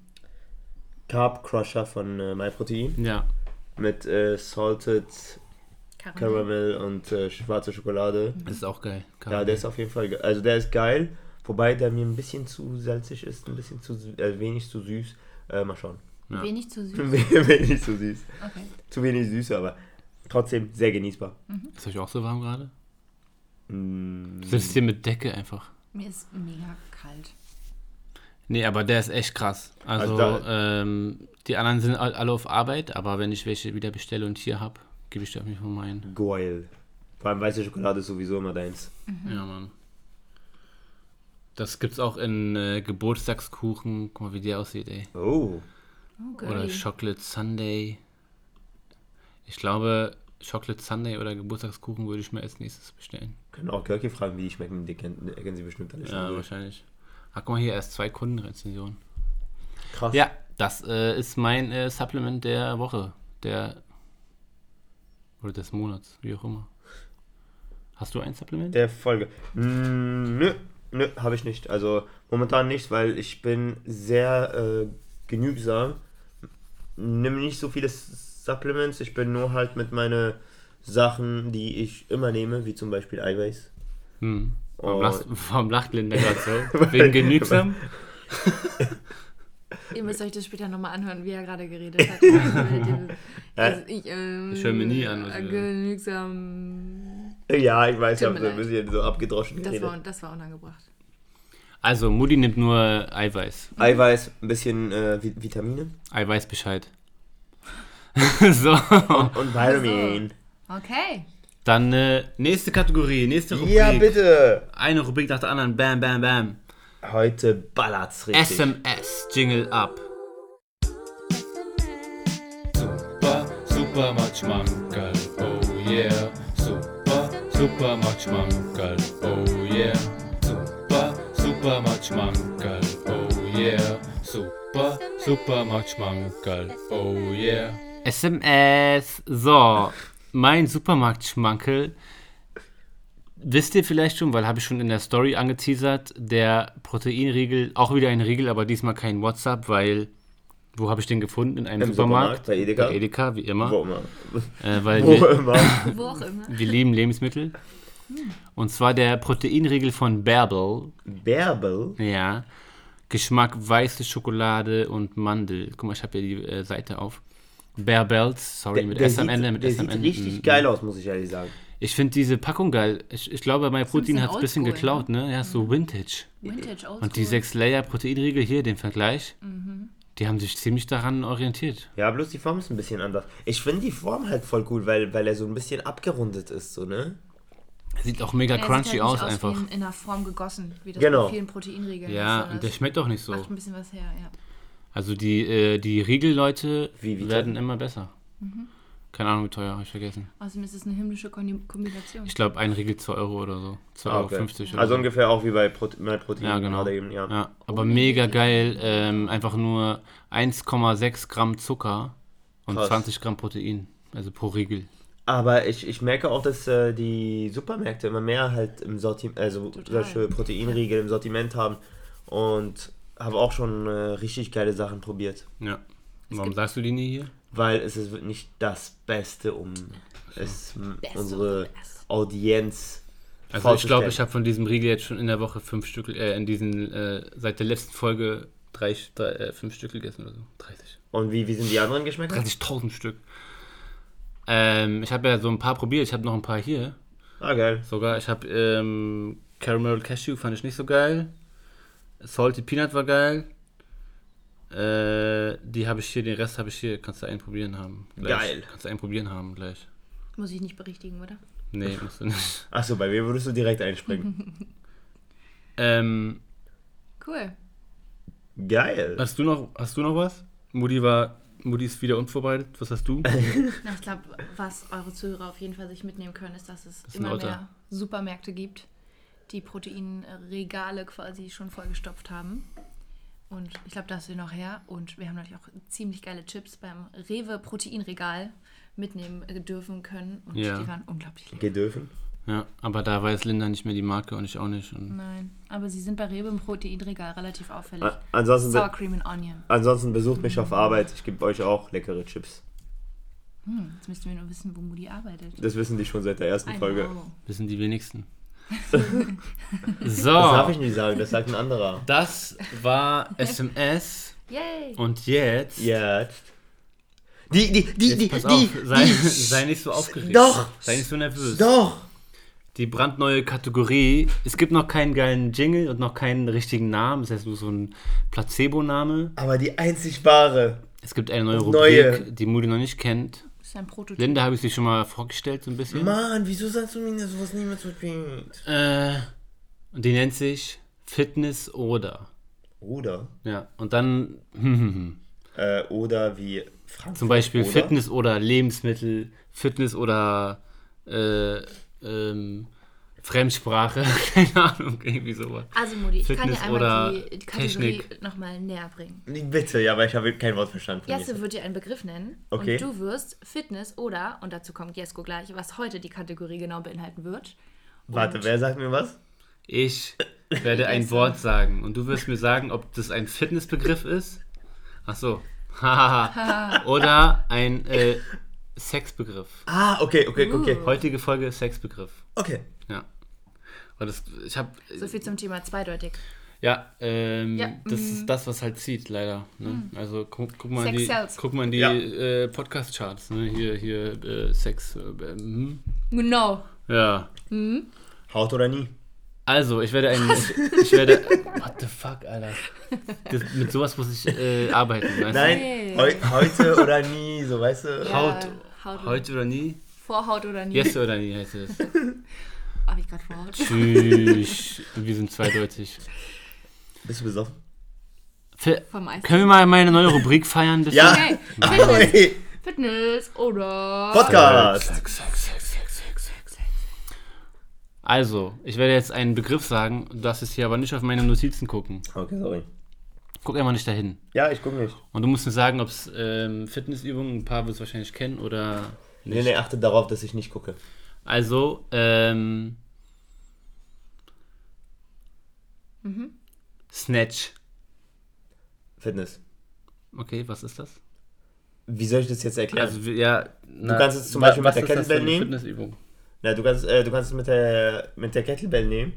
S2: Carb Crusher von äh, MyProtein
S1: Ja,
S2: mit äh, Salted
S4: Karamell.
S2: Caramel und äh, schwarze Schokolade.
S1: das ist auch geil.
S2: Ja, der ist auf jeden Fall ge- Also der ist geil, wobei der mir ein bisschen zu salzig ist, ein bisschen zu sü- äh, wenig zu süß. Äh, mal schauen.
S1: Ja.
S4: Wenig zu süß.
S2: wenig zu süß.
S4: Okay.
S2: Zu wenig süß, aber trotzdem sehr genießbar.
S1: ist euch auch so warm gerade?
S2: Mm,
S1: Du sitzt hier mit Decke einfach.
S4: Mir ist mega kalt.
S1: Nee, aber der ist echt krass. Also,
S2: Also
S1: ähm, die anderen sind all- alle auf Arbeit, aber wenn ich welche wieder bestelle und hier habe, gebe ich dir auf jeden Fall meinen.
S2: Geil. Vor allem weiße Schokolade ist sowieso immer deins.
S1: Ja, Mann. Das gibt's auch in äh, Geburtstagskuchen. Guck mal, wie der aussieht, ey.
S2: Oh.
S4: Oh,
S1: Oder
S4: girly.
S1: Chocolate Sunday. Ich glaube, Chocolate Sunday oder Geburtstagskuchen würde ich mir als nächstes bestellen.
S2: Können auch Görki fragen, wie die schmecken. Die kennen, die kennen sie bestimmt alle schon.
S1: Ja, wahrscheinlich. Ach, guck mal hier, erst zwei Kundenrezensionen.
S2: Krass.
S1: Ja, das äh, ist mein äh, Supplement der Woche. Der. Oder des Monats, wie auch immer. Hast du ein Supplement?
S2: der Folge. Mm, Nö, nö, habe ich nicht. Also momentan nicht, weil ich bin sehr äh, genügsam. Nimm nicht so viele S- Supplements. Ich bin nur halt mit meinen Sachen, die ich immer nehme, wie zum Beispiel Eiweiß.
S1: Hm. Warum,
S2: Oh.
S1: lachst, warum lacht Linda gerade so? Wegen genügsam?
S4: Ihr müsst euch das später nochmal anhören, wie er gerade geredet hat. also ich ähm,
S1: Ich hör mir nie an, was ihr-
S4: genügsam.
S2: Äh, Ja, ich weiß, ich
S4: Tut
S2: habe
S4: mir
S2: so ein
S4: leid.
S2: bisschen so abgedroschen
S4: Das war,
S2: geredet.
S4: das war unangebracht.
S1: Also, Moody nimmt nur Eiweiß.
S2: Eiweiß, ein bisschen äh, Vi- Vitamine
S1: Eiweiß Bescheid. so,
S2: und Vitamin.
S4: Okay.
S1: dann äh, nächste Kategorie, nächste Rubrik.
S2: Ja, bitte.
S1: Eine Rubrik nach der anderen. Bam, bam, bam.
S2: Heute ballert's richtig.
S1: SMS, Jingle Up.
S5: Super, super Matschmankerl, oh yeah. Super, super Matschmankerl, oh yeah. Super, super Matschmankerl, oh yeah. Super, super Matschmankerl, oh yeah.
S1: SMS. So, mein Supermarktschmankel, wisst ihr vielleicht schon, weil habe ich schon in der Story angeteasert, der Proteinriegel, auch wieder ein Riegel, aber diesmal kein WhatsApp, weil wo habe ich den gefunden? In einem
S2: Im
S1: Supermarkt,
S2: Supermarkt, bei Edeka.
S1: Bei Edeka, wie immer.
S2: Wo immer.
S1: Äh, weil
S2: Wo
S1: wir,
S2: immer.
S4: Wo auch immer.
S1: wir lieben Lebensmittel. Und zwar der Proteinriegel von Bärbel.
S2: Bärbel.
S1: Ja. Geschmack weiße Schokolade und Mandel. Guck mal, ich habe hier die äh, Seite auf. Bärbels, sorry, mit S
S2: sieht,
S1: am Ende, mit
S2: der
S1: S am
S2: sieht
S1: Ende.
S2: richtig
S1: Mm,
S2: geil aus, muss ich ehrlich sagen.
S1: Ich finde diese Packung geil. Ich, ich glaube, mein Protein
S4: bisschen
S1: hat es ein bisschen
S4: oldschool, Mhm.
S1: geklaut, ne? Ja, so Vintage.
S4: Vintage Oldschool. Mhm.
S1: Und die sechs Layer Proteinriegel hier, den Vergleich, die haben sich ziemlich daran orientiert.
S2: Ja, bloß die Form ist ein bisschen anders. Ich finde die Form halt voll cool, weil, weil er so ein bisschen abgerundet ist, so, ne?
S1: Sieht auch mega
S4: Der
S1: crunchy
S4: sieht
S1: aus,
S4: halt nicht aus wie
S1: einfach.
S4: In, in einer Form gegossen, wie das
S2: Genau.
S4: bei vielen Proteinriegeln
S1: Ja,
S4: ist.
S1: und der
S4: das
S1: schmeckt auch nicht so.
S4: macht ein bisschen was her, ja.
S1: Also die, äh, die Riegelleute
S2: Wie- wie
S1: werden
S2: teuer?
S1: immer besser. Keine Ahnung, wie teuer, habe ich vergessen.
S4: Außerdem ist es eine himmlische Kon- Kombination.
S1: Ich glaube, ein Riegel 2 Euro oder so. 2,50
S2: Ah,
S1: Euro
S2: okay.
S1: oder
S2: Also
S1: so.
S2: ungefähr auch wie bei Prote mein Protein.
S1: Ja, genau.
S2: gerade eben, ja.
S1: Ja, aber mega geil. Ähm, einfach nur 1,6 Gramm Zucker und
S2: Krass.
S1: 20 Gramm Protein. Also pro Riegel.
S2: Aber ich, ich merke auch, dass äh, die Supermärkte immer mehr halt im Sortiment, also
S4: Total.
S2: solche Proteinriegel im Sortiment haben und habe auch schon äh, richtig geile Sachen probiert.
S1: Ja. Warum sagst du die nie hier?
S2: Weil es ist nicht das Beste, um es m-
S4: Beste,
S2: unsere
S4: beste.
S2: Audienz
S1: Also ich glaube,
S2: vorzustellen.
S1: ich habe von diesem Riegel jetzt schon in der Woche fünf Stück, äh, in diesen, äh, seit der letzten Folge drei, drei, äh, fünf Stück gegessen oder so. 30.
S2: Und wie, wie sind die anderen Geschmäcker?
S1: 30.000 Stück. Ähm, ich habe ja so ein paar probiert, ich habe noch ein paar hier.
S2: Ah, geil.
S1: Sogar, ich habe ähm, Caramel Cashew fand ich nicht so geil. Salty Peanut war geil. Äh, die habe ich hier, den Rest habe ich hier. Kannst du einen probieren haben. Gleich.
S2: Geil.
S1: Kannst du einen probieren haben gleich.
S4: Muss ich nicht berichtigen, oder?
S1: Nee, musst du nicht.
S2: Achso, bei mir würdest du direkt einspringen.
S1: ähm,
S4: Cool.
S2: Geil.
S1: hast, du noch, hast du noch was? Mutti war, Mutti ist wieder unvorbereitet. Was hast du?
S4: Na, ich glaube, was eure Zuhörer auf jeden Fall sich mitnehmen können, ist, dass es
S1: ist ein
S4: immer
S1: Otter.
S4: mehr Supermärkte gibt, die Proteinregale quasi schon vollgestopft haben. Und ich glaube, das will noch her. Und wir haben natürlich auch ziemlich geile Chips beim Rewe Proteinregal mitnehmen äh, dürfen können. Und
S1: Ja.
S4: die waren unglaublich lecker.
S2: Gedürfen?
S1: ja, aber da weiß Linda nicht mehr die Marke und ich auch nicht. Und
S4: Nein, aber sie sind bei Rewe im Proteinregal relativ auffällig.
S2: A- Ansonsten,
S4: Sour Cream and Onion.
S2: ansonsten besucht mich auf Arbeit. Ich gebe euch auch leckere Chips.
S4: Hm, jetzt müssten wir nur wissen, wo Moody arbeitet.
S2: Das wissen die schon seit der ersten
S4: I
S2: Folge.
S4: know.
S1: wissen die wenigsten.
S2: Das darf
S1: so,
S2: ich nicht sagen, das sagt ein anderer.
S1: das war SMS.
S4: Yay!
S1: Und jetzt.
S2: Jetzt. Die, die, die, die,
S1: Jetzt pass
S2: die,
S1: auf, sei,
S2: die.
S1: sei nicht so aufgeregt.
S2: Doch.
S1: Sei nicht so nervös.
S2: Doch.
S1: Die brandneue Kategorie. Es gibt noch keinen geilen Jingle und noch keinen richtigen Namen. Das heißt nur so ein Placebo-Name.
S2: Aber die einzig wahre.
S1: Es gibt eine neue
S2: Und
S1: Rubrik,
S2: neue.
S1: die Moody noch nicht kennt.
S4: Das ist ein Prototyp.
S1: Linda habe ich sie schon mal vorgestellt, so ein bisschen.
S2: Mann, wieso sagst du mir sowas niemals mit
S1: Äh, und die nennt sich Fitness oder.
S2: Oder?
S1: Ja, und dann hm, hm, hm.
S2: Äh, oder wie Frankfurt.
S1: zum Beispiel
S2: oder?
S1: Fitness oder Lebensmittel, Fitness oder äh, ähm, Fremdsprache, keine Ahnung, irgendwie sowas.
S4: Also Modi, ich kann dir
S1: Fitness oder
S4: einmal die Kategorie
S1: Technik.
S4: nochmal näher bringen.
S2: Bitte, ja, aber ich habe kein Wort verstanden. von
S4: Jesse
S2: dir.
S4: wird dir einen Begriff nennen
S2: Okay.
S4: und du wirst Fitness oder, und dazu kommt Jesko gleich, was heute die Kategorie genau beinhalten wird.
S2: Warte, wer sagt mir was?
S1: Ich werde ein Wort sagen und du wirst mir sagen, ob das ein Fitnessbegriff ist. Ach so. Hahaha. Oder ein äh, Sexbegriff.
S2: Ah, okay, okay, okay.
S1: Heutige Folge ist Sexbegriff.
S2: Okay.
S1: Ja. Und das, ich habe
S4: So viel zum Thema zweideutig.
S1: ja, ähm,
S4: Ja, mm. Hm.
S1: das ist das, was halt zieht, leider. Ne? Also guck, guck mal in
S4: Sex
S1: die,
S4: sells.
S1: guck mal in die
S2: Ja.
S1: äh, Podcast-Charts. Ne? Hier, hier äh, Sex. Äh, hm.
S4: Genau.
S1: Ja.
S2: Haut oder nie?
S1: Also, ich werde ein. Ich, ich werde. What the fuck, Alter? Das, mit sowas muss ich äh, arbeiten. Weißt du?
S2: Nein, heu heute oder nie, so weißt du.
S4: Ja,
S1: Haut.
S4: Haut heute.
S1: Heute oder nie?
S4: Vorhaut oder nie?
S1: Yes oder nie heißt es.
S4: Hab ich gerade Vorhaut.
S1: Tschüss. Wir sind zweideutig.
S2: Bist du besoffen?
S1: Fe-
S4: Vom Eis.
S1: Können wir mal meine neue Rubrik feiern? Bitte?
S2: Ja.
S4: Okay. Fitness,
S2: Hey,
S4: Fitness oder...
S2: Podcast.
S1: Sex, Sex, Sex, Sex, Sex, Sex, Sex. Also, ich werde jetzt einen Begriff sagen, du darfst jetzt hier aber nicht auf meine Notizen gucken.
S2: Okay, sorry.
S1: Guck einfach nicht dahin.
S2: Ja, ich gucke nicht.
S1: Und du musst mir sagen, ob es ähm, Fitnessübungen, ein paar wirst du wahrscheinlich kennen oder
S2: Nee, nee, achtet darauf, dass ich nicht gucke.
S1: Also, ähm. Snatch.
S2: Fitness.
S1: Okay, was ist das?
S2: Wie soll ich das jetzt erklären?
S1: Also, wir- ja. na,
S2: kannst es zum
S1: wa-
S2: Beispiel mit
S1: was
S2: der
S1: ist das für
S2: Kettlebell
S1: eine
S2: nehmen?
S1: Fitnessübung.
S2: Na, du kannst, äh, du kannst es mit der, mit der Kettlebell nehmen.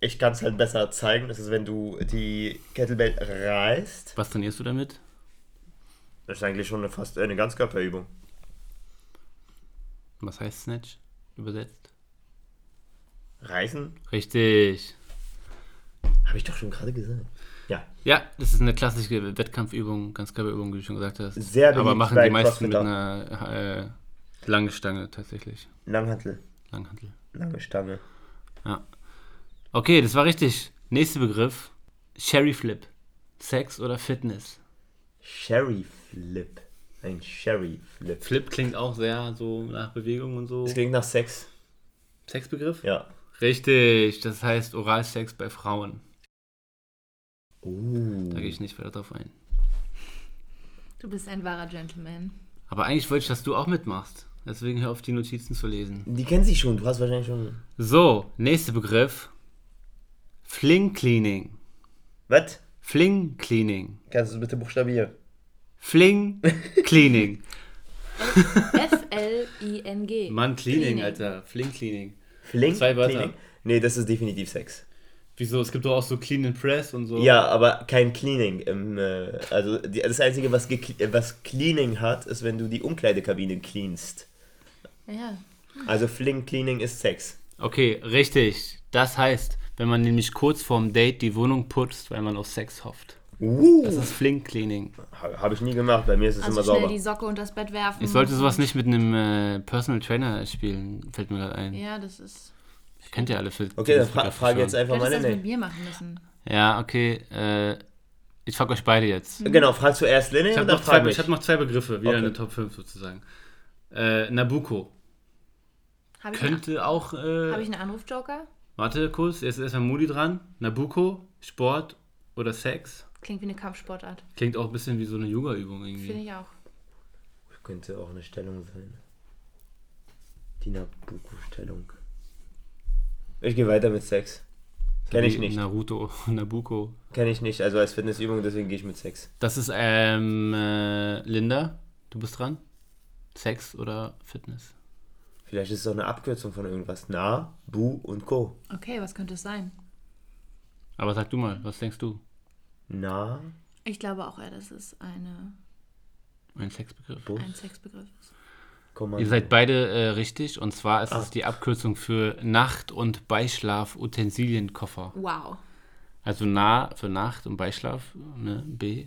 S2: Ich kann es halt besser zeigen. Das ist, wenn du die Kettlebell reißt.
S1: Was trainierst du damit?
S2: Das ist eigentlich schon eine, fast äh, eine Ganzkörperübung.
S1: Was heißt Snatch? Übersetzt.
S2: Reißen?
S1: Richtig.
S2: Habe ich doch schon gerade gesagt. Ja.
S1: Ja, das ist eine klassische Wettkampfübung, Ganzkörperübung, wie du schon gesagt hast.
S2: Sehr beliebt
S1: Aber machen
S2: bei
S1: die meisten mit
S2: Crossfitter.
S1: einer äh, langen Stange tatsächlich.
S2: Langhantel.
S1: Langhantel.
S2: Lange Stange.
S1: Okay, das war richtig. Nächster Begriff. Sherry Flip. Sex oder Fitness?
S2: Sherry Flip. Ein Sherry Flip.
S1: Flip klingt auch sehr so nach Bewegung und so.
S2: Das klingt nach Sex.
S1: Sexbegriff?
S2: Ja.
S1: Richtig, das heißt Oralsex bei Frauen.
S2: Uh.
S1: Da gehe ich nicht weiter drauf ein.
S4: Du bist ein wahrer Gentleman.
S1: Aber eigentlich wollte ich, dass du auch mitmachst. Deswegen hör auf, die Notizen zu lesen.
S2: Die kennen sie schon. Du hast wahrscheinlich schon.
S1: So, nächster Begriff. Fling Cleaning.
S2: Was?
S1: Fling Cleaning.
S2: Kannst du es bitte buchstabieren?
S1: Fling Cleaning.
S4: F-L-I-N-G.
S1: Mann, Cleaning,
S4: Cleaning.
S1: Alter. Fling Cleaning.
S2: Flink?
S1: Zwei Wörter.
S2: Cleaning? Nee, das ist definitiv Sex.
S1: Wieso? Es gibt doch auch so Clean and Press und so.
S2: Ja, aber kein Cleaning. Im, äh, also die, das Einzige, was, gekle- äh, was Cleaning hat, ist, wenn du die Umkleidekabine cleanst.
S4: Ja.
S2: Also Flink Cleaning ist Sex.
S1: Okay, richtig. Das heißt, wenn man nämlich kurz vorm Date die Wohnung putzt, weil man auf Sex hofft. Das
S2: Uh.
S1: ist Fling Cleaning.
S2: Habe hab ich nie gemacht. Bei mir ist es
S4: Also
S2: immer
S4: schnell
S2: sauber.
S4: die Socke unter das Bett werfen.
S1: Ich sollte sowas nicht mit einem äh, Personal Trainer spielen, fällt mir gerade ein.
S4: Ja, das ist.
S1: Kennt ihr alle Fit
S2: Okay, dann
S1: Fitnessbegriffe
S2: fra frage jetzt
S1: schon.
S2: einfach
S4: Du
S2: meine
S4: hättest das mit
S2: Lenny.
S4: mir machen müssen.
S1: Ja, okay. Äh, ich frag euch beide jetzt.
S2: Genau, fragst du erst Lenny
S1: Ich
S2: und
S1: habe
S2: dann
S1: noch, zwei-
S2: frag mich.
S1: ich hab noch zwei Begriffe, wieder
S2: Okay.
S1: in der Top 5 sozusagen. Äh, Nabucco.
S4: Habe ich, einen-
S1: Könnte auch.
S4: hab
S1: Äh,
S4: ich einen Anrufjoker?
S1: warte kurz, jetzt ist erstmal Moody dran. Nabucco, Sport oder Sex.
S4: Klingt wie eine Kampfsportart.
S1: Klingt auch ein bisschen wie so eine Yoga-Übung
S4: Finde
S1: irgendwie.
S4: ich auch.
S2: Könnte auch eine Stellung sein. Die Nabucco-Stellung. Ich gehe weiter mit Sex. Kenn ich
S1: Wie
S2: nicht.
S1: Naruto, Nabucco.
S2: Kenne ich nicht, also als Fitnessübung, deswegen gehe ich mit Sex.
S1: Das ist, ähm, äh, Linda, du bist dran. Sex oder Fitness?
S2: Vielleicht ist es auch eine Abkürzung von irgendwas. Na, Bu und Co.
S4: Okay, was könnte es sein?
S1: Aber sag du mal, was denkst du?
S2: Na,
S4: Ich glaube auch eher, dass es eine,
S1: Ein Sexbegriff.
S2: Bu,
S4: ein Sexbegriff ist.
S2: Kommando.
S1: Ihr seid beide äh, richtig und zwar ist
S2: Ah.
S1: es die Abkürzung für Nacht- und Beischlaf-Utensilienkoffer.
S4: Wow.
S1: Also Na für Nacht und Beischlaf, ne? B.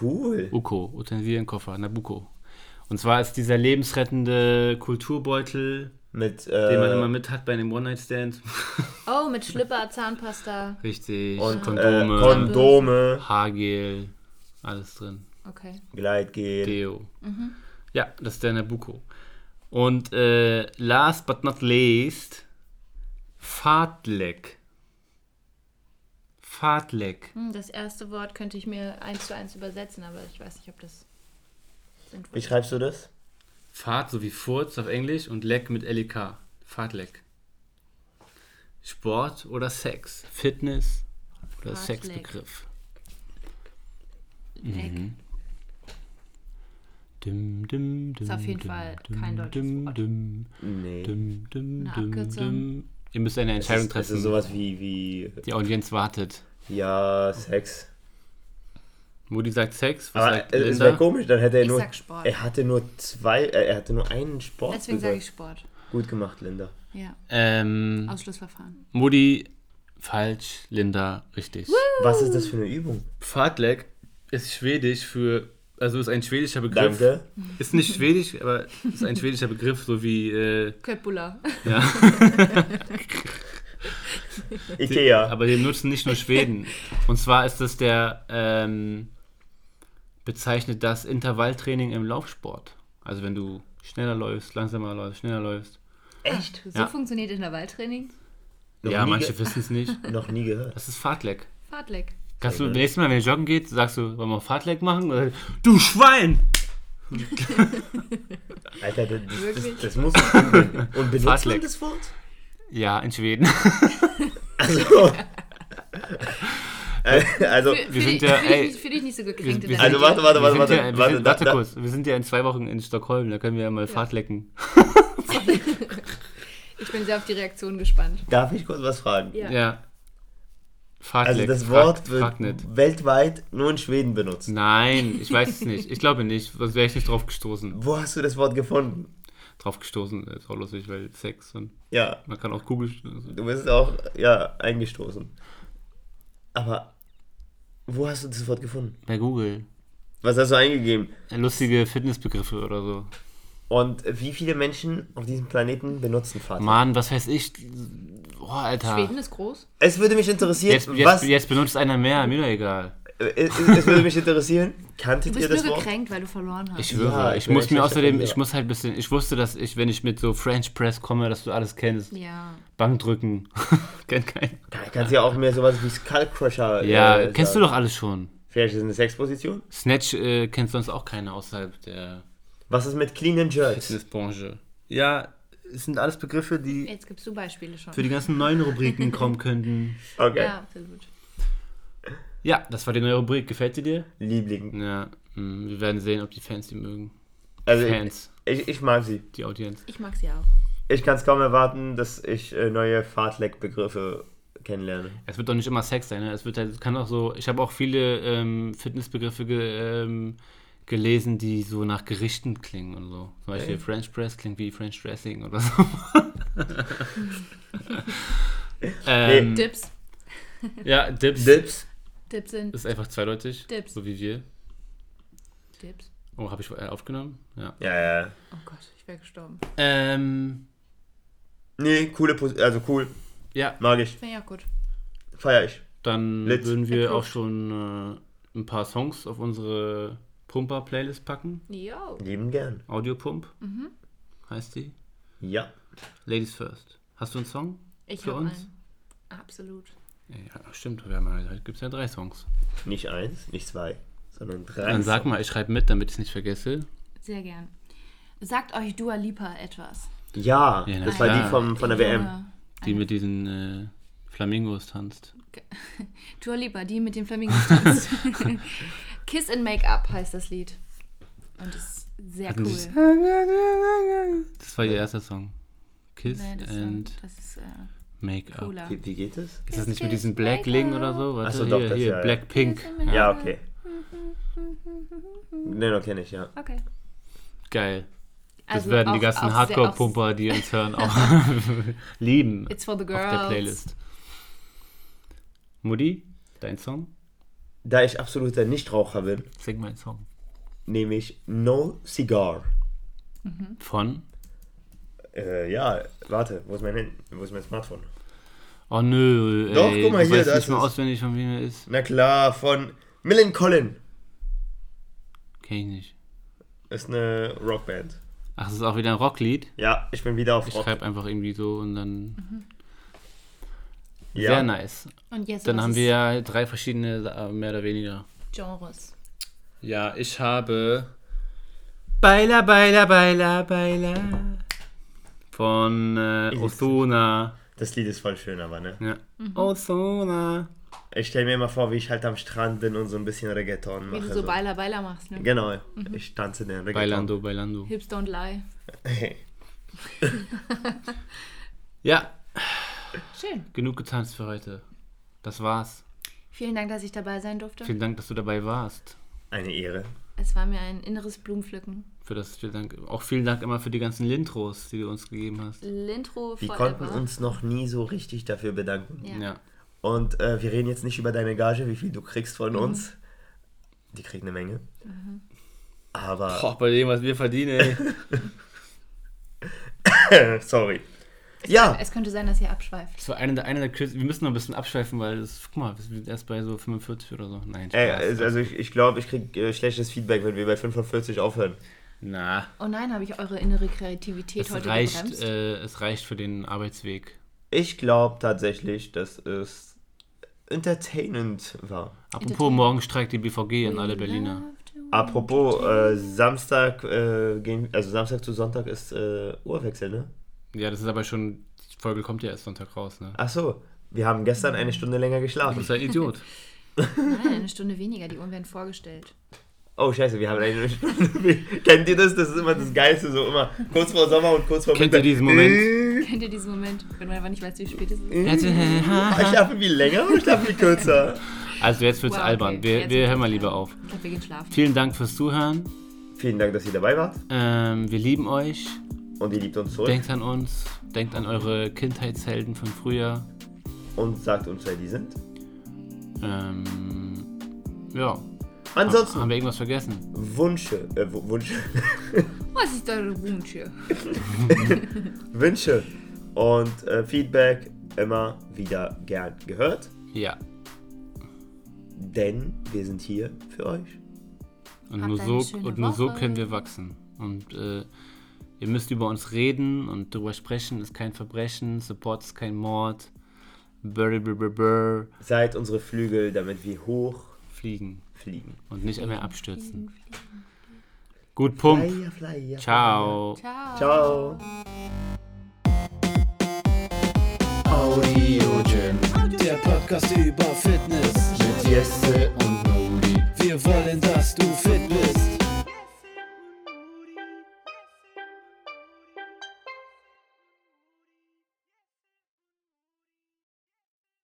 S2: cool.
S1: Uko, Utensilienkoffer, Nabucco. Und zwar ist dieser lebensrettende Kulturbeutel,
S2: Mit, äh,
S1: den man immer mit hat bei einem One-Night-Stand.
S4: Oh, mit Schlipper, Zahnpasta.
S1: richtig.
S2: und Kondome.
S1: Kondome,
S2: Äh, Kondome,
S1: Haargel, alles drin.
S4: Okay.
S2: Gleitgel.
S1: Deo. Ja, das ist der Nabucco. Und äh, last but not least, Fahrtleck. Fahrtleck.
S4: Hm, Das erste Wort könnte ich mir eins zu eins übersetzen, aber ich weiß nicht, ob das sinnvoll
S2: Wie
S4: ist.
S2: schreibst du das?
S1: Fahrt sowie Furz auf Englisch und Leck mit LEK. Fahrtleck. Sport oder Sex? Fitness oder
S4: Fahrtleck.
S1: Sexbegriff? Mhm.
S4: Leck.
S1: Dim, dim, dim,
S4: Ist auf jeden Fall kein deutsches Wort.
S1: Dim,
S2: Nee.
S1: dim, dim,
S4: Eine
S1: dim,
S4: Abkürzung.
S1: dim. Ihr müsst eine
S2: Das
S1: Entscheidung
S2: ist, das
S1: treffen.
S2: ist sowas wie, wie,
S1: Die Audienz wartet.
S2: ja, Sex.
S1: Moody sagt Sex, was
S2: Aber äh,
S1: sagt
S2: es- es
S1: Linda?
S2: wäre komisch, dann hätte er
S4: Ich
S2: nur,
S4: sag Sport.
S2: er hatte nur zwei, äh, er hatte nur einen Sport.
S4: Deswegen sage ich Sport.
S2: Gut gemacht, Linda.
S4: Ja,
S1: Ähm,
S4: Ausschlussverfahren.
S1: Moody falsch, Linda richtig.
S2: Was ist das für eine Übung?
S1: Fartlek ist schwedisch für, also ist ein schwedischer Begriff.
S2: Danke.
S1: Ist nicht schwedisch, aber ist ein schwedischer Begriff, so wie, äh,
S4: Kurt Buller.
S1: ja.
S2: Ikea.
S1: Aber den nutzen nicht nur Schweden. Und zwar ist das der, ähm, bezeichnet das Intervalltraining im Laufsport. Also wenn du schneller läufst, langsamer läufst, schneller läufst.
S2: Echt?
S4: So
S1: Ja.
S4: funktioniert Intervalltraining.
S2: Noch
S1: ja,
S2: nie
S1: manche
S2: ge-
S1: wissen es nicht.
S2: Noch nie gehört.
S1: Das ist Fartlek.
S4: Fahrtleck.
S1: Kannst du beim nächsten Mal, wenn ihr joggen geht, sagst du, wollen wir Fahrtleck machen? Oder, du Schwein!
S2: Alter, das, das,
S4: Wirklich?
S2: das, das muss ich googeln. Und benutzt
S1: Fartlek.
S2: man das Wort?
S1: Ja, in Schweden.
S2: Also, Äh, also,
S4: Für, für,
S1: Wir sind
S4: dich,
S1: ja,
S4: für, dich
S1: ey,
S4: nicht, für dich nicht so
S1: wir-
S4: gekränkt.
S1: wir
S4: in der
S1: sind-
S2: also warte, warte,
S1: Wir
S2: warte,
S1: sind
S2: warte,
S1: ja, wir
S2: warte,
S1: sind,
S2: da-
S1: warte
S2: da-
S1: kurz, wir sind ja in zwei Wochen in Stockholm, da können wir ja mal Fahrt lecken.
S4: Ich bin sehr auf die Reaktion gespannt.
S2: Darf ich kurz was fragen?
S4: Ja.
S1: Ja. Fahrt
S2: Also
S1: leck,
S2: das
S1: frag-
S2: Wort wird
S1: frag nicht.
S2: weltweit nur in Schweden benutzt.
S1: Nein, ich weiß es nicht. Ich glaube nicht, sonst wäre ich nicht drauf gestoßen.
S2: Wo hast du das Wort gefunden?
S1: Drauf gestoßen ist auch lustig, weil Sex und
S2: Ja,
S1: man kann auch Kugeln.
S2: du bist auch ja eingestoßen. Aber wo hast du das Wort gefunden?
S1: Bei Google.
S2: Was hast du eingegeben?
S1: Lustige Fitnessbegriffe oder so.
S2: Und wie viele Menschen auf diesem Planeten benutzen Fahrrad?
S1: Mann, was weiß ich? Boah, Alter.
S4: Schweden ist groß.
S2: Es würde mich interessieren,
S1: Jetzt,
S2: was
S1: jetzt, jetzt benutzt einer mehr, mir doch egal.
S2: äh, es, es würde mich interessieren, kanntet
S4: Du
S2: ihr
S4: bist
S2: das
S4: nur
S2: Wort?
S4: gekränkt, weil du verloren hast.
S1: Ich schwöre,
S2: Ja,
S1: ich
S2: ich bin
S1: muss
S2: echt
S1: mir
S2: schlechter
S1: außerdem,
S2: Verlierer.
S1: ich muss halt ein bisschen, ich wusste, dass ich, wenn ich mit so French Press komme, dass du alles kennst.
S4: ja.
S1: Bankdrücken. Kennt keinen.
S2: Da kannst du ja auch mehr sowas wie Skullcrusher.
S1: Ja,
S2: äh,
S1: kennst du
S2: sagen.
S1: doch alles schon.
S2: Vielleicht ist es eine Sexposition.
S1: Snatch äh, kennt sonst auch keiner außerhalb der
S2: Was ist mit Clean and Jerks?
S1: Fitnessbranche. Ja, es sind alles Begriffe, die
S4: Jetzt gibst du Beispiele schon.
S1: für die ganzen neuen Rubriken kommen könnten.
S2: Okay.
S4: ja, absolut.
S1: Ja, das war die neue Rubrik. Gefällt sie dir?
S2: Liebling.
S1: Ja, mh, wir werden sehen, ob die Fans die mögen.
S2: Also ich,
S1: Fans,
S2: ich, ich mag sie.
S1: die Audienz.
S4: Ich mag sie auch.
S2: Ich kann es kaum erwarten, dass ich äh, neue Fahrtleck-Begriffe kennenlerne.
S1: Es wird doch nicht immer Sex sein, ne? Es wird halt, es kann auch so, ich habe auch viele ähm, Fitnessbegriffe ge, ähm, gelesen, die so nach Gerichten klingen und so. Zum Beispiel
S2: Ey.
S1: French Press klingt wie French Dressing oder so. ähm,
S4: Dips.
S1: Ja, Dips,
S2: Dips?
S4: Dips sind
S1: ist einfach zweideutig,
S4: Dips.
S1: so wie wir.
S4: Dips.
S1: Oh, habe ich äh, aufgenommen? Ja.
S2: Ja, ja.
S4: Oh Gott, ich wäre gestorben.
S1: Ähm,
S2: Nee, coole Pos also cool.
S1: ja,
S2: Mag ich.
S4: Finde ich auch gut.
S2: Feier ich.
S1: dann
S2: Let's-
S1: würden wir
S4: Approved.
S1: auch schon äh, ein paar Songs auf unsere Pumper-Playlist packen.
S4: Yo.
S2: Lieben gern.
S1: Audiopump
S2: Mhm.
S1: heißt die.
S2: Ja.
S1: Ladies First. Hast du einen Song?
S4: Ich
S1: Für
S4: habe
S1: uns?
S4: einen. Absolut.
S1: Ja, stimmt. Wir haben ja, heute gibt es ja drei Songs.
S2: Nicht eins, nicht zwei, sondern drei.
S1: Dann sag mal, ich schreibe mit, damit ich es nicht vergesse.
S4: Sehr gern. Sagt euch Dua Lipa etwas?
S2: Ja,
S1: Ja, na
S2: das war
S1: klar.
S2: die vom, von der WM.
S4: Junge.
S1: Die mit diesen äh, Flamingos tanzt.
S4: Dua Lipa, die mit dem Flamingos tanzt. Kiss and Make Up heißt das Lied. Und ist sehr
S1: Hatten
S4: cool.
S1: sie's- Das war ihr erster Song. Kiss
S4: Nee, das,
S1: and
S4: ist, das ist äh,
S1: Make-up.
S4: cooler.
S2: Wie, wie geht es?
S1: Ist das nicht mit diesem Blackling oder so? Warte,
S2: Ach so,
S1: hier,
S2: doch, das,
S1: hier,
S2: ja, ja.
S1: Blackpink.
S2: Ja, okay. Nee, noch kenne ich, ja.
S4: Okay.
S1: Geil. Das
S4: Also
S1: werden die
S4: auch-
S1: ganzen
S4: auch sehr- auch-
S1: Hardcore-Pumper, die uns hören, auch lieben
S4: It's for the girls.
S1: auf der Playlist. Mutti, dein Song?
S2: Da ich absoluter Nichtraucher bin,
S1: Sing mein Song.
S2: nehme ich No Cigar.
S1: Von?
S2: Äh, ja, warte, wo ist mein, Hand- wo ist mein Smartphone?
S1: Oh nö, ey,
S2: Doch, guck mal
S1: du
S2: hier,
S1: weißt
S2: da
S1: nicht
S2: ist
S1: mal
S2: es.
S1: auswendig, von wem er ist.
S2: Na klar, von Millen Collin.
S1: Kenn ich nicht.
S2: Ist eine Rockband.
S1: Ach, es ist auch wieder ein Rocklied.
S2: Ja, ich bin wieder auf
S1: Ich
S2: Rock. Mhm.
S1: schreibe einfach irgendwie so und dann...
S2: ja.
S1: Sehr nice.
S4: Und jetzt
S1: Dann
S4: was
S1: haben
S4: ist
S1: wir ja drei verschiedene, äh, mehr oder weniger.
S4: Genres.
S1: Ja, ich habe Baila, Baila, Baila, Baila von äh, Ozona.
S2: Das Lied ist voll schön, aber ne?
S1: Ja. Ozona.
S2: Ich stelle mir immer vor, wie ich halt am Strand bin und so ein bisschen Reggaeton
S4: Wie
S2: mache.
S4: du so Beiler Beiler machst, ne?
S2: Genau, ich tanze den Reggaeton.
S1: Bailando, Bailando.
S4: Hips don't lie.
S1: Ja,
S4: Schön.
S1: genug getanzt für heute. Das war's.
S4: Vielen Dank, dass ich dabei sein durfte.
S1: Vielen Dank, dass du dabei warst.
S2: Eine Ehre.
S4: Es war mir ein inneres Blumenpflücken.
S1: Für das, vielen Dank. Auch vielen Dank immer für die ganzen Lintros, die du uns gegeben hast.
S4: Lintro
S2: Wir
S4: forever.
S2: konnten uns noch nie so richtig dafür bedanken.
S4: Ja.
S1: Ja.
S2: Und äh, wir reden jetzt nicht über deine Gage, wie viel du kriegst
S4: Mhm.
S2: von uns. Die kriegt eine Menge. Aber,
S1: Boah, bei dem, was wir verdienen, ey.
S2: sorry. Ja,
S4: Es könnte sein, dass ihr abschweift.
S1: Das war eine der, eine der kürzesten. Wir müssen noch ein bisschen abschweifen, weil das, guck mal, wir sind erst bei so 45 oder so. Nein,
S2: ey,
S1: Spaß.
S2: also ich, ich glaube, ich krieg äh, schlechtes Feedback, wenn wir bei 45 aufhören.
S1: Na,
S4: Oh nein, habe ich eure innere Kreativität
S1: es
S4: heute
S1: reicht,
S4: gebremst?
S1: äh, es reicht für den Arbeitsweg.
S2: Ich glaube tatsächlich, dass es entertainend war.
S1: Apropos, morgen streikt die BVG an alle Berliner.
S4: Love to
S2: Apropos, äh, Samstag, äh, gegen, also Samstag zu Sonntag ist äh, Uhrwechsel, ne?
S1: Ja, das ist aber schon. Die Folge kommt ja erst Sonntag raus, ne?
S2: Ach so, wir haben gestern eine Stunde länger
S1: Du bist
S2: geschlafen.
S1: ein Idiot.
S4: Nein, eine Stunde weniger. Die Uhren werden vorgestellt.
S2: Oh scheiße, wir haben eine Stunde. Kennt ihr das? Das ist immer das Geilste, so immer kurz vor Sommer und kurz vor
S1: Kennt ihr
S2: Winter.
S1: diesen Moment?
S4: Kennt ihr diesen Moment, wenn man einfach nicht weiß, wie spät es ist?
S1: Äh.
S2: Ah, Ich schlafe viel länger oder ich schlafe viel kürzer?
S1: Also jetzt wird's
S4: Wow, okay.
S1: albern. Wir,
S4: Jetzt
S1: wir
S4: wird's
S1: hören mal
S4: albern.
S1: lieber auf.
S4: Ich glaube, wir gehen schlafen.
S1: Vielen Dank fürs Zuhören.
S2: Vielen Dank, dass ihr dabei wart
S1: Ähm, wir lieben euch.
S2: und ihr liebt uns zurück
S1: Denkt an uns. Denkt an eure Kindheitshelden von früher.
S2: und sagt uns, wer die sind.
S1: Ähm, ja.
S2: Ansonsten,
S1: Haben wir irgendwas vergessen?
S2: Wünsche, äh, W- Wünsche,
S4: Was ist eure Wunsch hier?
S2: Wünsche und äh, Feedback immer wieder gern gehört,
S1: Ja.
S2: denn wir sind hier für euch.
S1: Und
S4: Habt
S1: nur,
S4: eine
S1: so,
S4: schöne
S1: und nur so
S4: Woche.
S1: können wir wachsen. Und äh, ihr müsst über uns reden und drüber sprechen ist kein Verbrechen, Support ist kein Mord. Brr, brr, brr, brr,
S2: Seid unsere Flügel, damit wir hoch
S1: fliegen
S2: fliegen.
S1: und nicht mehr abstürzen. Gut, Pump.
S2: Flyer, Flyer,
S1: Ciao.
S4: Ciao.
S2: Ciao.
S5: Audio Gym
S3: Der Podcast über Fitness.
S5: mit Jesse und Nudi.
S3: Wir wollen, dass du fit bist.